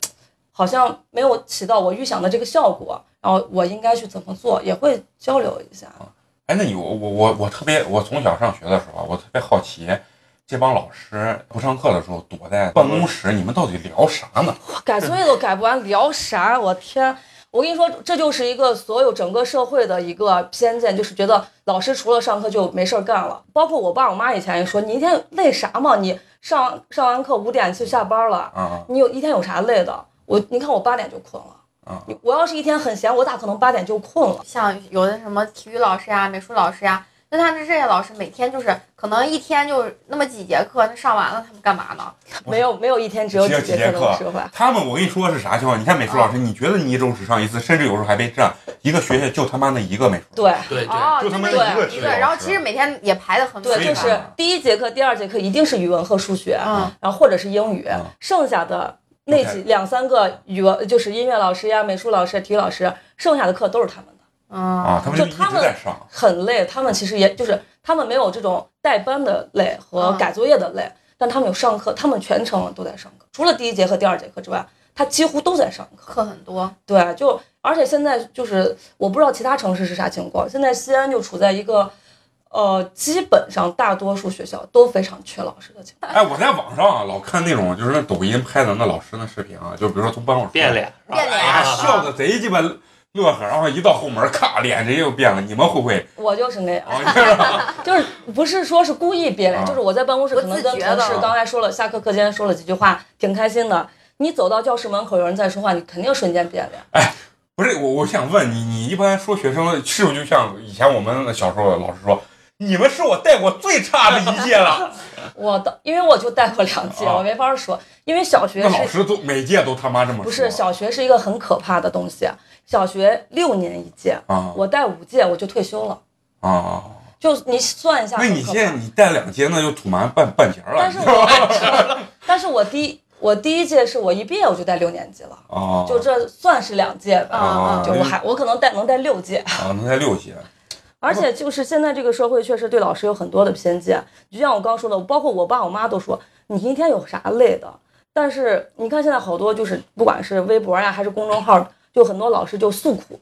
D: 好像没有起到我预想的这个效果，然后我应该去怎么做，也会交流一下。
A: 哎，那你我我我我特别，我从小上学的时候，我特别好奇，这帮老师不上课的时候躲在办公室，你们到底聊啥呢？
D: 改作业都改不完，聊啥？我天！我跟你说，这就是一个所有整个社会的一个偏见，就是觉得老师除了上课就没事儿干了。包括我爸我妈以前也说，你一天累啥嘛？你上上完课五点就下班了，
A: 啊、
D: 你有一天有啥累的？我你看我八点就困了，
A: 啊、
D: 你我要是一天很闲，我咋可能八点就困了？
C: 像有的什么体育老师啊、美术老师啊，那他们这些老师每天就是可能一天就那么几节课，那上完了他们干嘛呢？
D: 没有没有一天只有
A: 只有
D: 几节
A: 几节
D: 课能
A: 课
D: 吃饭。
A: 他们我跟你说是啥情况？你看美术
D: 啊
A: 老师，你觉得你一周只上一次，甚至有时候还被占，一个学校就他妈那一个美术老师。
D: 对
F: 对对，
C: 哦，
A: 就他们
C: 对
A: 一个
C: 一
A: 体育
C: 个，
A: 老
C: 然后
A: 师
C: 其实每天也排的很满
D: 对，就
A: 所以
D: 是第一节课、第二节课一定是语文和数学，
C: 嗯
D: 然后或者是英语，
A: 嗯
D: 剩下的那几两三个语文就是音乐老师呀、美术老师、体育老师，剩下的课都是他们的，
C: 嗯
A: 啊，他们就一
D: 就他
A: 直
D: 们
A: 在上。
D: 很累。他们其实也就是他们没有这种带班的累和
C: 嗯
D: 改作业的累，但他们有上课，他们全程都在上课，除了第一节和第二节课之外，他几乎都在上课。
C: 课很多，
D: 对，就而且现在就是我不知道其他城市是啥情况，现在西安就处在一个，呃，基本上大多数学校都非常缺老师的情况。
A: 哎，我在网上啊老看那种就是那抖音拍的那老师那视频啊，就比如说从办公室
E: 变脸，
C: 变
F: 哎
C: 脸
A: 啊，
C: 啊
A: 笑的贼鸡巴乐呵，然后一到后门，咔，脸直接就变了。你们会不会？
D: 我就是那样，
A: 啊， *laughs* 你知道吗
D: 就是不是说是故意憋脸，
A: 啊
D: 就是我在办公室可能
C: 不
D: 跟
C: 自
D: 同
C: 觉的
D: 事刚才说了，下课课间说了几句话，挺开心的。你走到教室门口，有人在说话，你肯定瞬间变脸。
A: 不是我，我想问你，你一般说学生是不是就像以前我们小时候老师说，你们是我带过最差的一届
D: *laughs*
A: 了？
D: 我的，因为我就带过两届，
A: 啊
D: 我没法说，因为小学
A: 那老
D: 是
A: 师都每届都他妈这么说。啊
D: 不是小学是一个很可怕的东西？啊小学六年一届，
A: 啊
D: 我带五届我就退休了。
A: 啊！
D: 就你算一下，
A: 那你
D: 很可
A: 现
D: 怕
A: 在你带两届，那就土满半半截了。
D: 但是我，但是我第一我第一届是我一毕业我就带六年级了，
A: 啊，
D: 就这算是两届
C: 啊
D: 吧。
A: 啊
C: 啊，
D: 就我还我可能带能带六届，
A: 啊，能带六届。
D: 而且就是现在这个社会确实对老师有很多的偏见，就像我刚说的，包括我爸我妈都说你一天有啥累的。但是你看现在好多就是不管是微博呀、还是公众号，就很多老师就诉苦，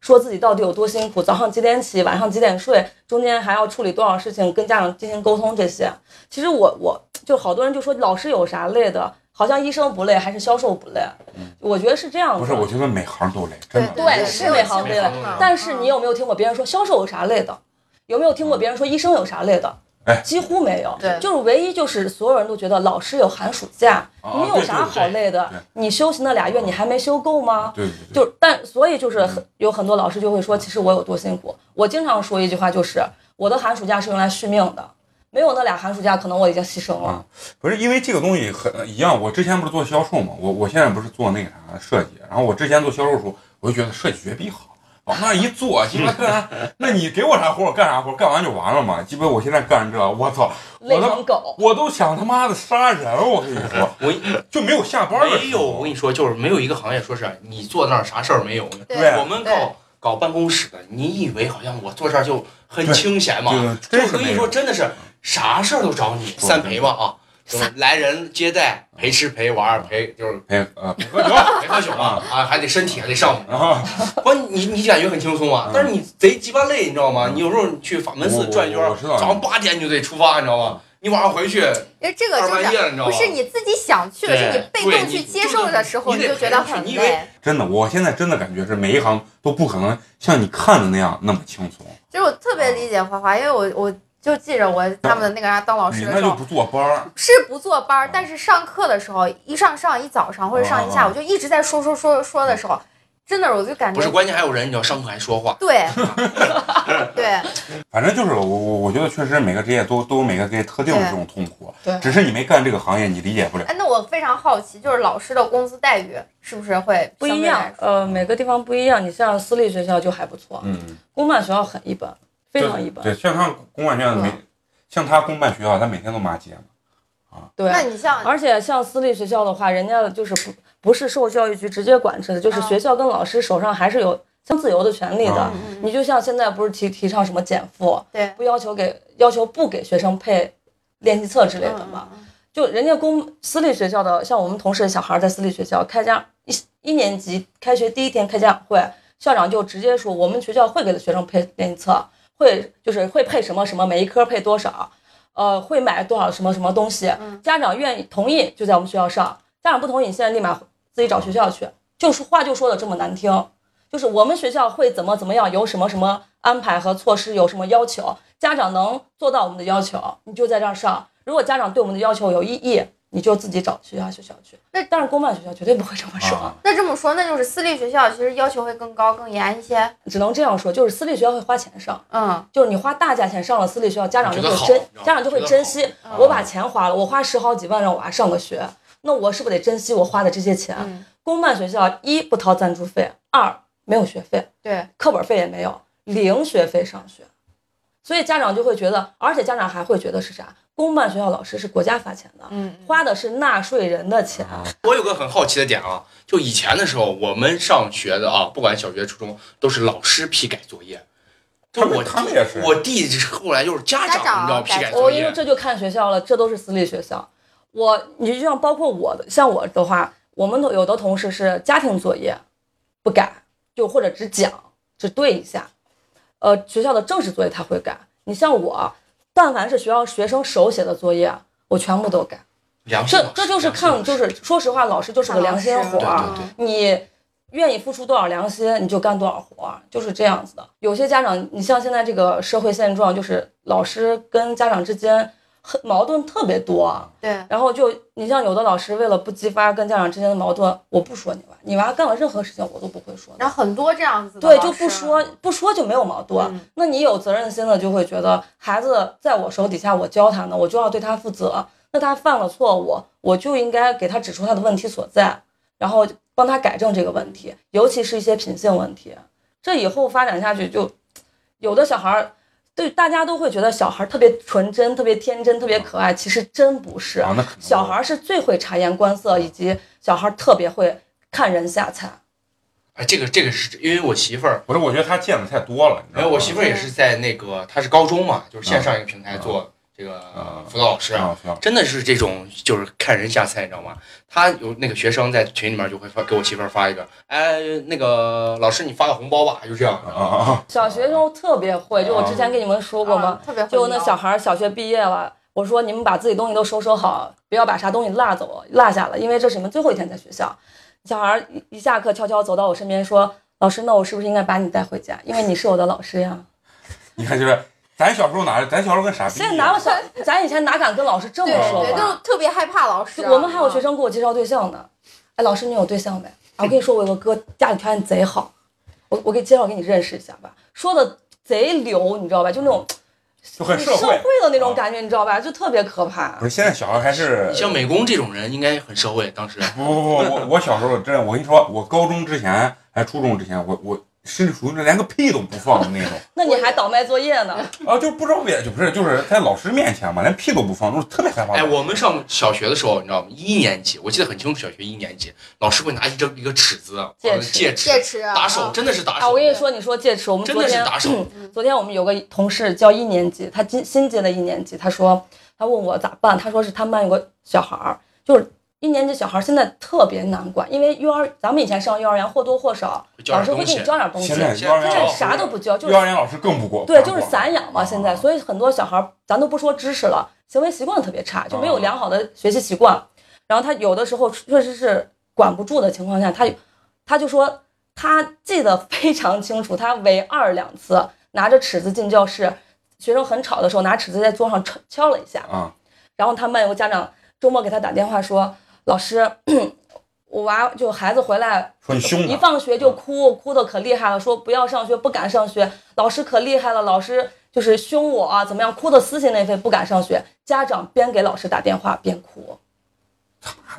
D: 说自己到底有多辛苦，早上几点起，晚上几点睡，中间还要处理多少事情，跟家长进行沟通这些。其实我我就好多人就说老师有啥累的，好像医生不累，还是销售不累？我觉得是这样的。
A: 嗯不是，我觉得每行都累，真的。
D: 对
C: 是
D: 是
C: 有
D: 每行
C: 轻
D: 累了
C: 松的
D: 但是你有没有听过别人说销售有啥累的？有没有听过别人说医生有啥累的
A: 哎？
D: 几乎没有，
C: 对
D: 就是唯一就是所有人都觉得老师有寒暑假，
A: 啊
D: 你有啥好累的
A: 对对对？
D: 你休息那俩月你还没休够吗？
A: 对对对，
D: 就但所以就是很有很多老师就会说，其实我有多辛苦。我经常说一句话，就是我的寒暑假是用来续命的，没有那俩寒暑假，可能我已经牺牲了。
A: 不是因为这个东西很一样。我之前不是做销售嘛，我我现在不是做那个啥设计，然后我之前做销售的时候，我就觉得设计绝逼好，往那一坐，鸡巴
C: *laughs*
A: 干啥？那你给我啥活我干啥活，干完就完了嘛。鸡巴我现在干这，我操，
D: 累
A: 我的
D: 成狗，
A: 我都想他妈的杀人，我跟你说，
F: *laughs* 我
A: 就没有下班的时候。
F: 没有，我跟你说，就是没有一个行业说是啊你坐那儿啥事儿没有的。
C: 对
A: 对
F: 啊
A: 啊
F: 我们
C: 对
F: 搞搞办公室的，你以为好像我坐这儿就很
A: 对
F: 清闲嘛？
A: 对，
F: 就
A: 真是
F: 跟
A: 没
F: 你
A: 有
F: 说，。真的是啥事儿都找你，三陪嘛啊，就是来人接待、陪吃、陪玩儿、陪就是
A: 陪呃陪喝酒，
F: 陪喝酒嘛啊，还得身体还得上
A: 然后
F: 去。关你你感觉很轻松啊
A: 嗯，
F: 但是你贼鸡巴累，你知道吗？你有时候你去法 *laughs* 门寺
A: 我
F: 转一圈
A: 我
F: 儿
A: 我，嗯知道
F: 早上八点你就得出发，你知道吗？你晚上回去
C: 因为这个
F: 二
C: 就
F: 半
C: 是
F: 夜了，你知道
C: 不
F: 吗？
C: 是你自己想去的，是你被
F: 对
C: 动
F: 你
C: 去接受的时候，
F: 你
C: 你
F: 得
C: 就觉得很
F: 你得
C: 累。
A: 真的，我现在真的感觉是每一行都不可能像你看的那样那么轻松。
C: 其实我特
F: 啊
C: 别理解花花，因为我我就记着我他们的那个啥当老
A: 啊你
C: 师的
A: 那
C: 时
A: 就
C: 候。
A: 不坐班儿，
C: 是不坐班儿，但是上课的时候，一上上一早上或者上一
A: 啊
C: 下午，就一直在说说说说的时候，真的我就感
F: 不是
C: 觉
F: 关键还有人，你知道上课还说话，
C: 对
F: *laughs*
C: 对
A: 反正就是我我我觉得确实每个职业都都有每个职业特定的这种痛苦，
D: 对
A: 只是你没干这个行业，你理解不了。
C: 哎，那我非常好奇，就是老师的工资待遇是不是会
D: 不一
C: 相对
D: 样
C: 来，说？
D: 呃，每个地方不一样。你像私立学校就还不错，
A: 嗯，
D: 公办学校很一般，非常一般。
A: 对，像他公办学校每，像他公办学校，他每天都骂街嘛。
D: 对，
C: 那你像
D: 而且像私立学校的话，人家就是不不是受教育局直接管制的，就是
C: 嗯
D: 学校跟老师手上还是有相自由的权利的。
A: 嗯
D: 你就像现在不是提提倡什么减负，
C: 对
D: 不要求给要求不给学生配练习册之类的
C: 嗯
D: 嘛？就人家公私立学校的，像我们同事的小孩在私立学校开家一一年级开学第一天开家长会，校长就直接说我们学校会给学生配练习册，会就是会配什么什么，每一科配多少，呃，会买多少什么什么东西，家长愿意同意就在我们学校上，家长不同意你现在立马自己找学校去，就是话就说的这么难听。就是我们学校会怎么怎么样，有什么什么安排和措施，有什么要求，家长能做到我们的要求，你就在这儿上。如果家长对我们的要求有异议，你就自己找学校学校去。
C: 那
D: 但是公办学校绝对不会这么说，
A: 啊，
C: 那这么说，那就是私立学校其实要求会更高、更严一些。
D: 只能这样说，就是私立学校会花钱上，
C: 嗯，
D: 就是你花大价钱上了私立学校，家长就
F: 觉得
D: 会
F: 好
D: 珍
F: 你知道，吗
D: 家长就会
F: 觉得
D: 珍
F: 好
D: 惜。我把钱花了，我花十好几万让我娃上个学，那我是不是得珍惜我花的这些钱？
C: 嗯
D: 公办学校一不掏赞助费，二没有学费，
C: 对，
D: 课本费也没有，零学费上学，所以家长就会觉得，而且家长还会觉得是啥？公办学校老师是国家发钱的，
C: 嗯，
D: 花的是纳税人的钱，
F: 我有个很好奇的点啊，就以前的时候，我们上学的啊，不管小学、初中，都是老师批改作业。就
A: 他们
F: 我弟
A: 他们也是
F: 我弟后来就是家
C: 家长
F: 长，你知道批
C: 改
F: 改
D: 我
F: 作
D: 因为
F: 业，
D: 这就看学校了，这都是私立学校。我你就像包括我的，像我的话，我们有的同事是家庭作业不改，就或者只讲只对一下，呃，学校的正式作业他会改。你像我，但凡是学校学生手写的作业，我全部都改。
F: 良心
D: 这
F: 老师
D: 这就是看，就
F: 良心
D: 是说实话，老师就是个良
C: 啊
D: 心活
F: 看老
D: 儿
F: 师，
D: 你愿意付出多少良心，你就干多少活儿，就是这样子的。有些家长，你像现在这个社会现状，就是老师跟家长之间很矛盾特别多，啊
C: 对，
D: 然后就你像有的老师为了不激发跟家长之间的矛盾，我不说你娃，你娃干了任何事情我都不会说的。
C: 然后很多这样子的
D: 对，
C: 老
D: 就
C: 师啊
D: 不说不说就没有矛盾。
C: 嗯
D: 那你有责任心的就会觉得孩子在我手底下，我教他呢，我就要对他负责。那他犯了错误，我就应该给他指出他的问题所在，然后帮他改正这个问题，尤其是一些品性问题。这以后发展下去就，有的小孩儿对大家都会觉得小孩儿特别纯真、特别天真、特别可爱，其实真不是。
A: 啊那可能
D: 小孩儿是最会察言观色，以及小孩儿特别会看人下菜。
F: 哎，这个这个是因为我媳妇儿，
A: 不是，我觉得他见的太多了，你知
F: 没
A: 道吗？
F: 有哎
A: 啊
F: 我媳妇儿也是在那个，她是高中嘛，就是线上一个平台做这个辅导老师，
A: 啊，行
F: 真的是这种，就是看人下菜，你知道吗？他有那个学生在群里面就会发给我媳妇儿发一个，哎，那个老师你发个红包吧，就这样。
A: 啊啊啊！
D: 小学生特别会，就我之前跟你们说过吗？
C: 嗯特别会
D: 就那
C: 聊
D: 小孩儿小学毕业了，我说你们把自己东西都收拾好，不要把啥东西落走落下了，因为这是你们最后一天在学校。小孩儿一一下课悄悄走到我身边说：“老师，那我是不是应该把你带回家？因为你是我的老师呀。
A: 你看，就是咱小时候哪，咱小时候跟傻”逼
D: *laughs* 现在
A: 一
D: 哪
A: 样
D: 有，小， *laughs* 咱以前哪敢跟老师这么
C: 对
D: 说
C: 对，
D: 吧
C: 就？特别害怕老师
D: 就
C: 啊。
D: 我们还有学
C: 生，
D: 生给我介绍对象呢，哎，老师你有对象没？啊我跟你说，我有个哥家里条件贼好，我我给介绍给你认识一下吧，说的贼流，你知道吧？就那种
A: 就很社
D: 社
A: 会。
D: 的那种
A: 啊
D: 感觉，你知道吧？就特别可怕啊
A: 不。是，现在小孩还是
F: 像美工这种人应该很社会，当时
A: 不不不，我我小时候真的，我跟你说，我高中之前还初中之前，我我甚至属于那连个屁都不放的那种
D: 那你还倒卖作业呢？
A: 啊，就不知道为就不是就是在老师面前嘛，连屁都不放，就是特别害怕。
F: 哎，我们上小学的时候，你知道吗？一年级，我记得很清楚，小学一年级，老师会拿一张一个尺子，
D: 戒
F: 呃
D: 尺
F: 戒
C: 戒
F: 尺
C: 尺
F: 打手，
C: 啊
F: 真的是打
D: 啊，
F: 手
D: 我，跟你说，你说戒尺，我们
F: 真
D: 昨
F: 的是
D: 天嗯
F: 打手。
D: 昨天我们有个同事教一年级，他新新进了一年级，他说他问我咋办，他说是他们班有个小孩儿，就是一年级小孩儿现在特别难管，因为幼儿咱们以前上幼儿园或多或少
F: 教
D: 老
F: 点
D: 师会
F: 东
D: 给
F: 西
D: 你。教点东西，
A: 现
D: 现
A: 在
D: 在
A: 幼儿园
F: 现在
A: 老师
D: 啥都不教，就是
A: 幼儿园老师更不过啊
D: 对，
A: 管
D: 就是
A: 管
D: 散养嘛。现在，所以很多小孩儿，咱都不说知识了，行为习惯特别差，就没
A: 啊
D: 有良好的学习习惯。然后他有的时候确实是管不住的情况下，他他就说他记得非常清楚，他唯二两次拿着尺子进教室，学生很吵的时候拿尺子在桌上敲敲了一下，
A: 啊，
D: 然后他们有个家长周末给他打电话说，老师。我娃就孩子回来
A: 说你凶嗯
D: 一
A: 呢，
D: 放学就哭，哭的可厉害了，说不要上学，不敢上学，老师可厉害了，老师就是凶我啊，怎么样，哭的撕心裂肺，不敢上学。家长边给老师打电话边哭，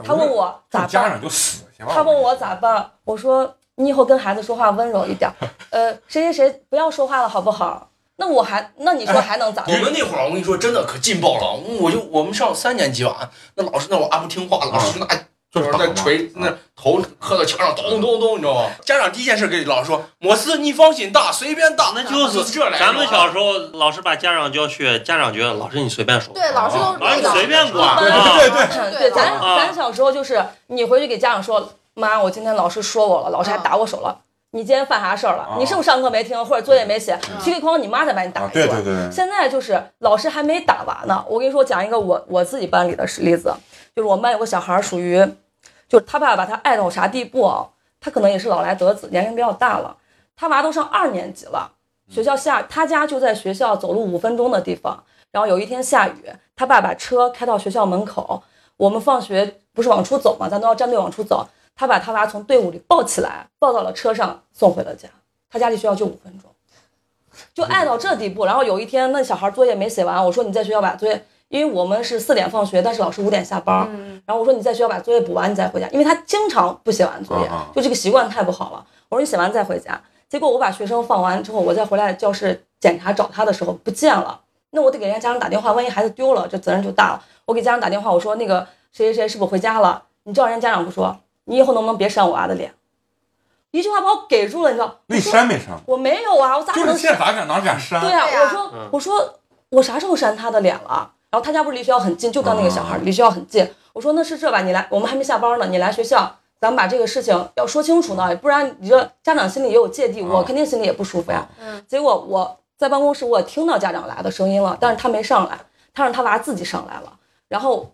D: 他问我
A: 这
D: 咋
A: 种家
D: 办，
A: 长就死去吧。
D: 他问我咋办，我说你以后跟孩子说话温柔一点，
A: *laughs*
D: 呃，谁谁谁不要说话了好不好？那我还那你
A: 哎
D: 说还能咋
F: 我
D: 办？
F: 们那会儿，我跟你说，真的可劲爆了。我就我们上三年级吧，那老师那我还不听话，老师就拿啊就是
A: 打
F: 那
A: 嘛啊
F: 锤那头磕到墙上，咚咚咚，你知道吗？家长第一件事给老师说：“摩斯，你放心大，随便大。”
E: 那就是
F: 这来着啊。
E: 咱们小时候，老师把家长叫去，家长觉得老师你随便说，
C: 对老师都是
E: 老师啊你随便管
D: 对
E: 啊，
A: 对对
C: 对
D: 嗯对，咱
E: 啊
D: 咱小时候就是你回去给家长说，妈，我今天老师说我了，老师还打我手了。你今天犯啥事儿
A: 啊
D: 了？你是不是上课没听或者作业没写？踢里哐，你妈再把你打
A: 啊
D: 一，
A: 对
D: 顿。
A: 对对，
D: 现在就是老师还没打完呢。我跟你说，讲一个我我自己班里的例子，就是我们班有个小孩儿属于，就是他爸爸把他爱到啥地步啊？他可能也是老来得子，年龄比较大了，他娃都上二年级了，学校下他家就在学校走路五分钟的地方。然后有一天下雨，他爸把车开到学校门口，我们放学不是往出走嘛，咱都要站队往出走。他把他娃从队伍里抱起来，抱到了车上，送回了家。他家离学校就五分钟，就爱到这地步。然后有一天，那小孩作业没写完，我说你在学校把作业，因为我们是四点放学，但是老师五点下班。
C: 嗯，
D: 然后我说你在学校把作业补完，你再回家，因为他经常不写完作业
A: 嗯嗯，
D: 就这个习惯太不好了。我说你写完再回家。结果我把学生放完之后，我再回来教室检查找他的时候不见了，那我得给人家家长打电话，万一孩子丢了，这责任就大了。我给家长打电话，我说那个谁谁谁是不是回家了？你知道人家家长不说，你以后能不能别扇我娃的脸？一句话把我给住了，你知道？
A: 那你
D: 我说
A: 删没删？
D: 我没有啊，我咋可
A: 就
D: 能
A: 是
D: 删
A: 现在咋敢哪敢删？
D: 对呀、啊
C: 对呀
D: 我说、
E: 嗯
D: 我说我啥时候扇他的脸了？然后他家不是离学校很近，就刚那个小孩儿离学校很近。我说那是这吧，你来，我们还没下班呢，你来学校，咱们把这个事情要说清楚呢，不然你这家长心里也有芥蒂，我
A: 啊
D: 肯定心里也不舒服呀。
C: 嗯
D: 结果我在办公室我听到家长来的声音了，但是他没上来，他让他娃自己上来了。然后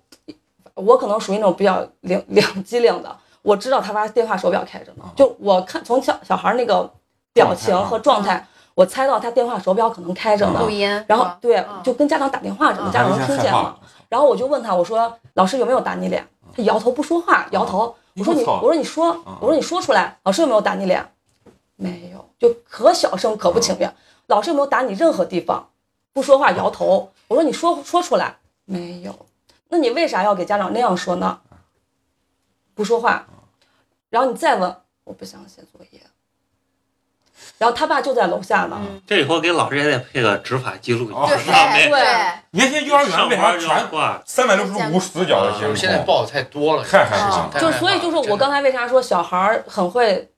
D: 我可能属于那种比较灵灵机灵的，我知道他娃电话手表开着呢
A: 啊，
D: 就我看从小小孩儿那个表情和状
C: 状态
D: 态，我猜到他电话手表可能开着呢
A: 啊
C: 录。音，
D: 然后对
C: 嗯，
D: 就跟家长打电话，这个
C: 嗯
D: 家长能听
A: 现在
D: 见
A: 害怕
D: 吗？
A: 了。
D: 然后我就问他，我说老师有没有打你脸？他摇头不说话，摇
A: 哦
D: 头。我说你，
A: 我操
D: 我说你说
A: 嗯，
D: 我说你说出来，老师有没有打你脸？没有，就可小声可不情
A: 嗯
D: 愿。老师有没有打你任何地方？不说话，摇头。我说你说说出来，没有。那你为啥要给家长那样说呢？不说话，
A: 嗯
D: 然后你再问，我不想写作业。然后他爸就在楼下呢，
C: 嗯
E: 这以后给老师也得配个执法记录仪，
A: 哦
C: 对
A: 是啊
E: 没
C: 对对，
A: 你看现在幼儿园为啥全
C: 啊
E: 挂？
A: 三百六十五死角的监控？
F: 啊现在报的太多了，
A: 太害怕了。
F: 太
D: 就是所以就是我刚才为啥说小孩儿很会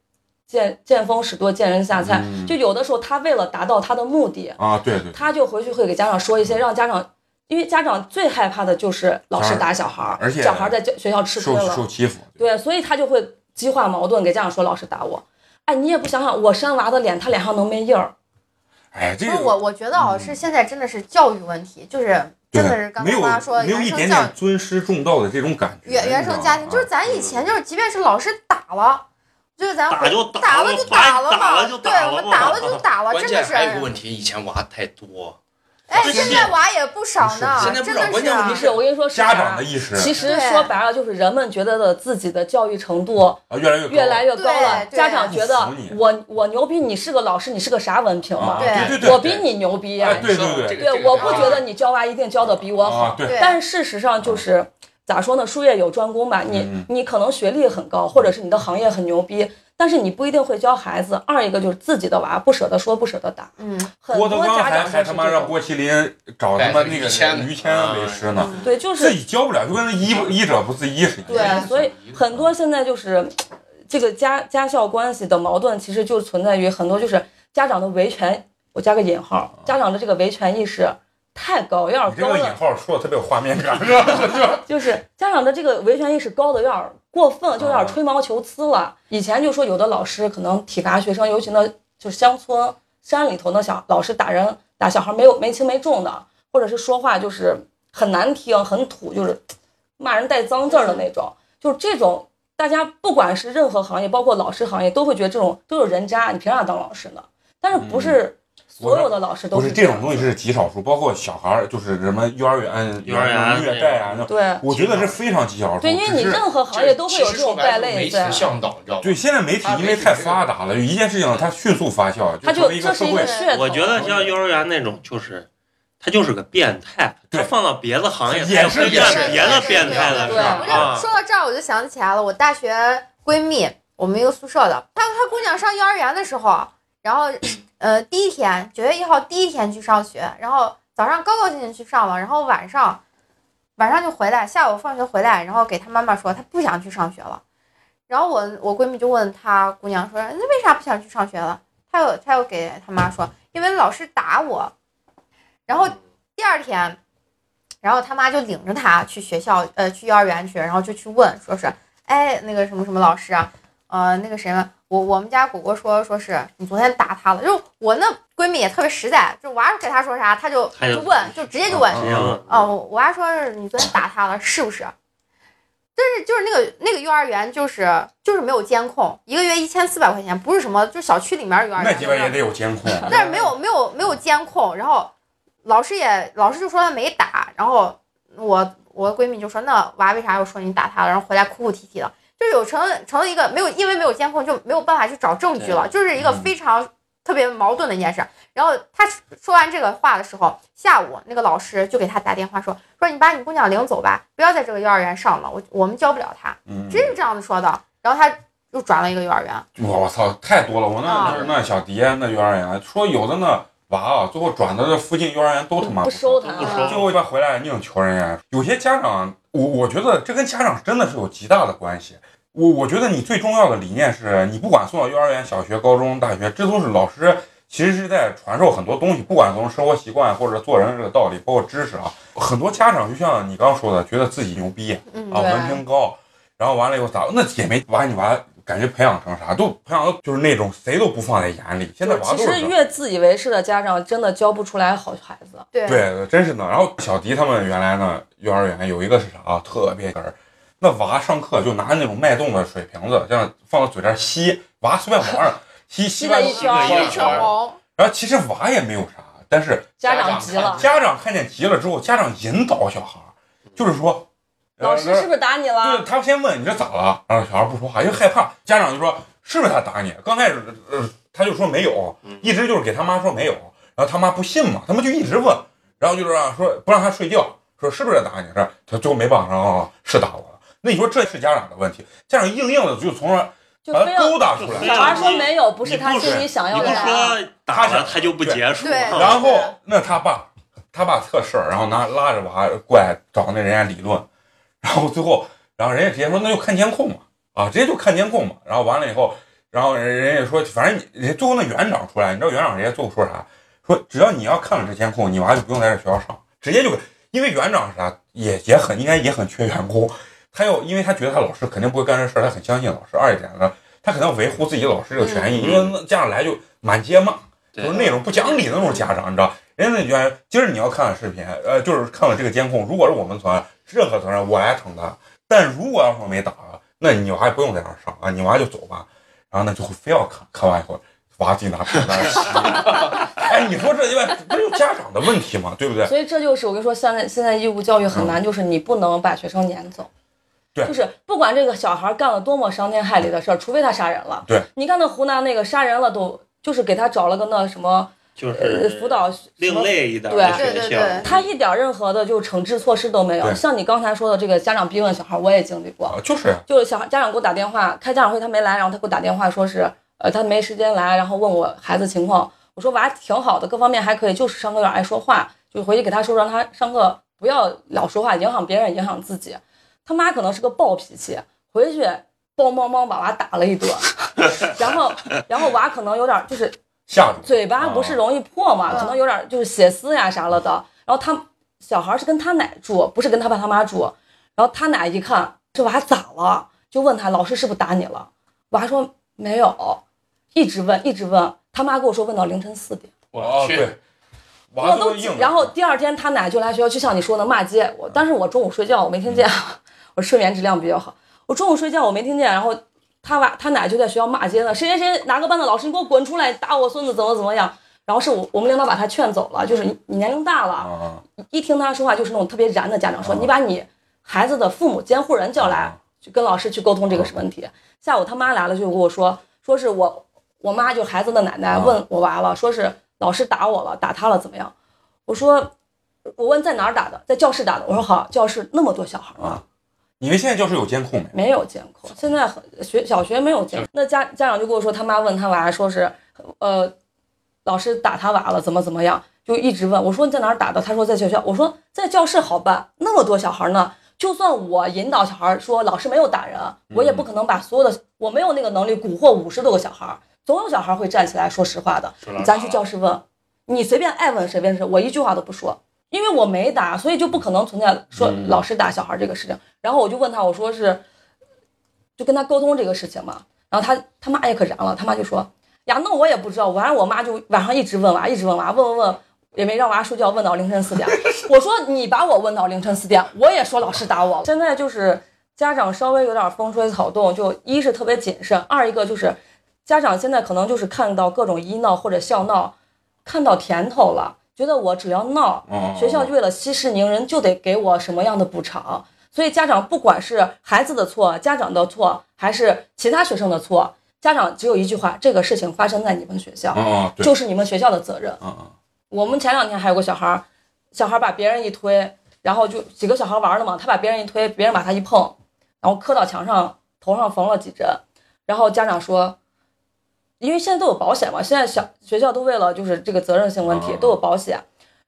D: 见见风使舵、见人下菜，
A: 嗯
D: 就有的时候他为了达到他的目的，
A: 啊，对对，对
D: 他就回去会给家长说一些让家长。因为家长最害怕的就是老师打小孩儿，
A: 而且
D: 小孩儿在教学校吃亏
A: 受受
D: 了，
A: 欺负。
D: 对，所以他就会激化矛盾，给家长说老师打我，哎，你也不想想我扇娃的脸，他脸上能没印儿，
A: 哎，这
C: 不
A: 个
C: 是我，我觉得啊，
A: 嗯
C: 是现在真的是教育问题，就是
A: 对
C: 真的是刚
A: 没
C: 才
A: 有
C: 妈妈说的
A: 没有
C: 原
A: 一
C: 生
A: 点
C: 教育
A: 点。尊师重道的这种感觉，
C: 原原生家
A: 啊
C: 庭，就是咱以前就是，即便是老师打了，就是咱
E: 打就
C: 打
E: 打
C: 了
E: 了
C: 就打了
E: 打
C: 嘛，
E: 了就
C: 对
E: 打，了
C: 我们
E: 嘛
C: 打了就打了，
F: 关
C: 真的
F: 键
C: 是
F: 还。有一个问题，以前娃太多，
C: 哎，
E: 关键
C: 现在娃也不少呢，
F: 现在不
C: 真
F: 少
C: 的是。
F: 关键问题
D: 是我跟你说，是
A: 家
D: 啥
A: 长的意识
D: 其实
C: 对
D: 说白了，就是人们觉得的自己的教育程度
A: 啊越来越高
D: 越来越高
C: 对
D: 了，
C: 对
D: 家长觉
A: 不
D: 得
A: 服你
D: 我我牛逼，你是个老师，你是个啥文凭
A: 啊
D: 嘛？
A: 对对对，
D: 我比你牛逼
F: 啊
D: 呀、
A: 哎对对对
F: 这个这
D: 对，
F: 个
D: 我不觉得你教娃一定教的比我
A: 啊
D: 好，
A: 对
C: 对
D: 但事实上就是咋说呢？术业有专攻吧，你
A: 嗯
D: 你可能学历很高，或者是你的行业很牛逼，但是你不一定会教孩子。二一个就是自己的娃不舍得说，不舍得打，
C: 嗯，
D: 很
A: 郭
D: 多
A: 德纲
D: 家
A: 还
D: 长
A: 还他
D: 都是
A: 妈
D: 这
A: 让
D: 种。
A: 郭麒麟找他妈那个
F: 于谦
A: 于谦为师呢，
D: 对，就
A: 自
D: 是
A: 己教不了，就跟医医者不自医是一样的。
D: 对，所以很多现在就是呃这个家家校关系的矛盾，其实就存在于很多就是家长的维权，我加个引号，家长的这个维权意识太高，要
A: 哦你
D: 是
A: 这
D: 高
A: 个引
D: 了。
A: 号说的特别有画面感，是吧？
D: 就是家长的这个维权意识高的有点儿过分，就有
A: 啊
D: 点儿吹毛求疵了。以前就说有的老师可能体罚学生，尤其呢就是乡村山里头那小老师打人打小孩没有没轻没重的，或者是说话就是很难听很土，就是骂人带脏字儿的那种，就是这种。大家不管是任何行业，包括老师行业，都会觉得这种都有人渣，你凭啥当老师呢？但是不是 *laughs* 所有的老师
A: 嗯
D: 都
A: 不是
D: 这
A: 这
D: 样
A: 种东西是极少数，包括小孩儿，就是什么幼儿园、
E: 幼儿园
A: 虐待啊，那
D: 对
A: 我觉得是非常极少数。
D: 对，因为你
A: 只是
D: 任何行业都会有这种败类
F: 媒体
D: 在。
F: 向导，你知道吗？
A: 对现在媒
D: 啊
A: 体因为太发达了，有一件事情它迅速发酵，
D: 他
A: 成
D: 就
A: 为一
D: 这
A: 个
D: 是
A: 社
D: 一个
A: 会。
D: 噱头，
E: 我觉得像幼儿园那种，就是他就是个变态，
A: 对
E: 他放到别的行业，
A: 也
E: 他
A: 是
E: 会
A: 也
E: 干
A: 是
E: 别的变态的事
D: 对
E: 儿
C: 我这
E: 啊。
C: 说到这儿，我就想起来了，我大学闺蜜，我们一个宿舍的，她她姑娘上幼儿园的时候，然后呃第一天九月一号第一天去上学，然后早上高高兴兴去上嘛，然后晚上晚上就回来，下午放学回来，然后给她妈妈说她不想去上学了，然后我我闺蜜就问她姑娘说那为啥不想去上学了？她又她又给她妈说因为老师打我，然
E: 嗯
C: 后第二天。然后他妈就领着他去学校，呃，去幼儿园去，然后就去问，说是，哎，那个什么什么老师啊，呃，那个谁嘛，我我们家果果说说是你昨天打他了，就是我那闺蜜也特别实在，就娃给他说啥，他就
E: 她就嗯
C: 就问，就直接就问，
E: 这样
C: 哦，我我还说是你昨天打他了是不是？但是就是那个那个幼儿园就是就是没有监控，一个月一千四百块钱，不是什么，就是小区里面的幼儿园
A: 那鸡巴也得有监控，
D: *laughs*
C: 但是没有没有没有监控，然后老师也老师就说他没打，然后我我闺蜜就说那娃为啥又说你打他了，然后回来哭哭啼啼的，就是有成成了一个没有因为没有监控就没有办法去找证据了，就是一个
A: 嗯
C: 非常特别矛盾的一件事。然后她说完这个话的时候，下午那个老师就给她打电话说说你把你姑娘领走吧，不要在这个幼儿园上了，我我们教不了她，
A: 嗯，
C: 真是这样子说的。然后她又转了一个幼儿园，
A: 我操，太多了！我
D: 啊
A: 那那小迪那幼儿园啊说有的那娃啊，最后转到这附近幼儿园都他妈
D: 不收他，
E: 不
A: 最后一班回来宁求人家。有些家长，我我觉得这跟家长真的是有极大的关系。我我觉得你最重要的理念是你不管送到幼儿园、小学、高中、大学，这都是老师其实是在传授很多东西，不管从生活习惯或者做人这个道理，包括知识啊。很多家长就像你刚刚说的，觉得自己牛逼，
C: 嗯，
A: 啊，
D: 对
A: 文凭高，然后完了以后咋？那也没把你娃感觉培养成啥，都培养的就是那种谁都不放在眼里。现在娃都
D: 其
A: 是
D: 实
A: 这
D: 越自以为是的家长，真的教不出来好孩子。
C: 对
A: 对，真是呢。然后小迪他们原来呢，幼儿园有一个是啥啊，特别哏儿，那娃上课就拿那种脉动的水瓶子，这样放到嘴这儿吸，娃随便玩儿，吸吸完
D: 吸
A: 就
D: 了一圈儿
A: 吸了
C: 一
A: 一
C: 圈
A: 圈儿
C: 红。
A: 然后其实娃也没有啥，但是
D: 家
F: 家
D: 长
F: 长
D: 急了，
A: 家长看见急了之后，家长引导小孩儿，就是说，
D: 老师
A: 呃
D: 是不是打你
A: 对，
D: 了？
A: 他先问你这咋了，然后小孩不说话，因为害怕，家长就说是不是他打你？刚开始呃他就说没有
E: 嗯，
A: 一直就是给他妈说没有，然后他妈不信嘛，他们就一直问，然后就是让说不让他睡觉，说是不是打你？这他最后没办法，啊是打我了。那你说这是家长的问题，家长硬硬的就从这儿
D: 就
A: 把他
D: 非要
A: 勾搭出
E: 就非
A: 来，
E: 要
D: 小孩说没有，不是他
E: 你不
D: 心里想要
E: 你
D: 的
E: 不
C: 对
D: 答案。
E: 说打了他就不结束，
C: 对对
A: 然后那他爸，他爸测试，然后拿拉着娃过来找那人家理论，然后最后，然后人家直接说那就看监控嘛，啊，直接就看监控嘛。然后完了以后，然后人人家说，反正你人家最后那园长出来，你知道园长人家最后说啥？说只要你要看了这监控，你娃就不用在这学校上，直接就给，因为园长是啥也也很应该也很缺员工，他要因为他觉得他老师肯定不会干这事儿，他很相信老师。二一点呢，他肯定要维护自己老师这个权益，因为那家长来就满街骂。就是那种不讲理的那种家长，你知道？人家那觉得今儿你要看了视频，呃，就是看了这个监控，如果是我们责任，任何责任我来承担。但如果要是我没打了，那你娃不用在这儿上啊，你娃就走吧。然后呢，就会非要看看完以后，娃自己拿皮带洗。哎，你说这因为不是家长的问题嘛，对不对？
D: 所以这就是我跟你说，现在现在义务教育很难，就是你不能把学生撵走。
A: 对
D: 就是不管这个小孩干了多么伤天害理的事儿，除非他杀人了。
A: 对，
D: 你看那湖南那个杀人了都，就是给他找了个那什么
E: 就
D: 呃
E: 是
D: 辅导什么
E: 另类一点的
D: 对
E: 学
C: 对对
E: 校
C: 对
D: 他一点儿任何的就惩治措施都没有。
A: 对
D: 像你刚才说的这个家长逼问小孩，我也经历过，
A: 啊，就是呀
D: 就是小孩家长给我打电话，开家长会他没来，然后他给我打电话说是呃他没时间来，然后问我孩子情况，我说娃挺好的，各方面还可以，就是上课有点爱说话，就回去给他说让他上课不要老说话，影响别人，影响自己。他妈可能是个暴脾气，回去梆梆梆把娃打了一顿，然后然后娃可能有点儿就是
A: 吓着。
D: 嘴巴不是容易破嘛，
C: 嗯
D: 可能有点就是血丝呀啥了的。然后他小孩是跟他奶住，不是跟他爸他妈住。然后他奶一看这娃咋了，就问他老师是不是打你了？娃说没有，一直问一直问。他妈跟我说问到凌晨四点，
A: 啊，
F: 我去，
A: 对，
D: 我
A: 娃
D: 都
A: 都硬的。嗯
D: 然后第二天他奶就来学校，就像你说的骂街。我但是我中午睡觉我没
A: 嗯
D: 听见， *laughs* 我睡眠质量比较好。我中午睡觉我没听见，然后他娃他奶就在学校骂街呢，谁谁谁哪个班的老师你给我滚出来打我孙子怎么怎么样。然后是我我们领导把他劝走了，就是你你年龄大了，
A: 啊，
D: 一听他说话就是那种特别燃的家长说，
A: 啊
D: 你把你孩子的父母监护人叫来
A: 啊，
D: 去跟老师去沟通这个问题。下午他妈来了就跟我说，说是我我妈就孩子的奶奶
A: 啊
D: 问我娃娃，说是老师打我了，打他了怎么样？我说我问在哪儿打的，在教室打的。我说好，教室那么多小孩儿呢
A: 啊，你们现在教室有监控没？
D: 没有监控，现在很学小学没有监控。那家家长就跟我说，他妈问他娃说是，呃，老师打他娃了，怎么怎么样，就一直问我说你在哪儿打的？他说在学校。我说在教室好办，那么多小孩呢，就算我引导小孩说老师没有打人，我也不可能把所有的，我没有那个能力蛊惑五十多个小孩，总有小孩会站起来说实话的。
F: 说哪儿
D: 咱
F: 打
D: 去
F: 了啊
D: 教室问，你随便爱问谁问谁，我一句话都不说，因为我没打，所以就不可能存在说老师打小孩这个事情。然后我就问他，我说是，就跟他沟通这个事情嘛。然后他他妈也可燃了，他妈就说呀，那我也不知道。完了，我妈就晚上一直问娃，一直问娃，问问问。也没让娃睡觉，问到凌晨四点。我说你把我问到凌晨四点，我也说老师打我。现在就是家长稍微有点风吹草动，就一是特别谨慎，二一个就是家长现在可能就是看到各种医闹或者校闹，看到甜头了，觉得我只要闹，
A: 哦
D: 学校就为了息事宁人，就得给我什么样的补偿。所以家长不管是孩子的错、家长的错，还是其他学生的错，家长只有一句话：这个事情发生在你们学校
A: 啊，啊，对，
D: 就是你们学校的责任。
A: 啊啊，
D: 我们前两天还有个小孩儿，小孩儿把别人一推，然后就几个小孩玩儿了嘛，他把别人一推，别人把他一碰，然后磕到墙上，头上缝了几针。然后家长说，因为现在都有保险嘛，现在小学校都为了就是这个责任性问题
A: 啊
D: 都有保险。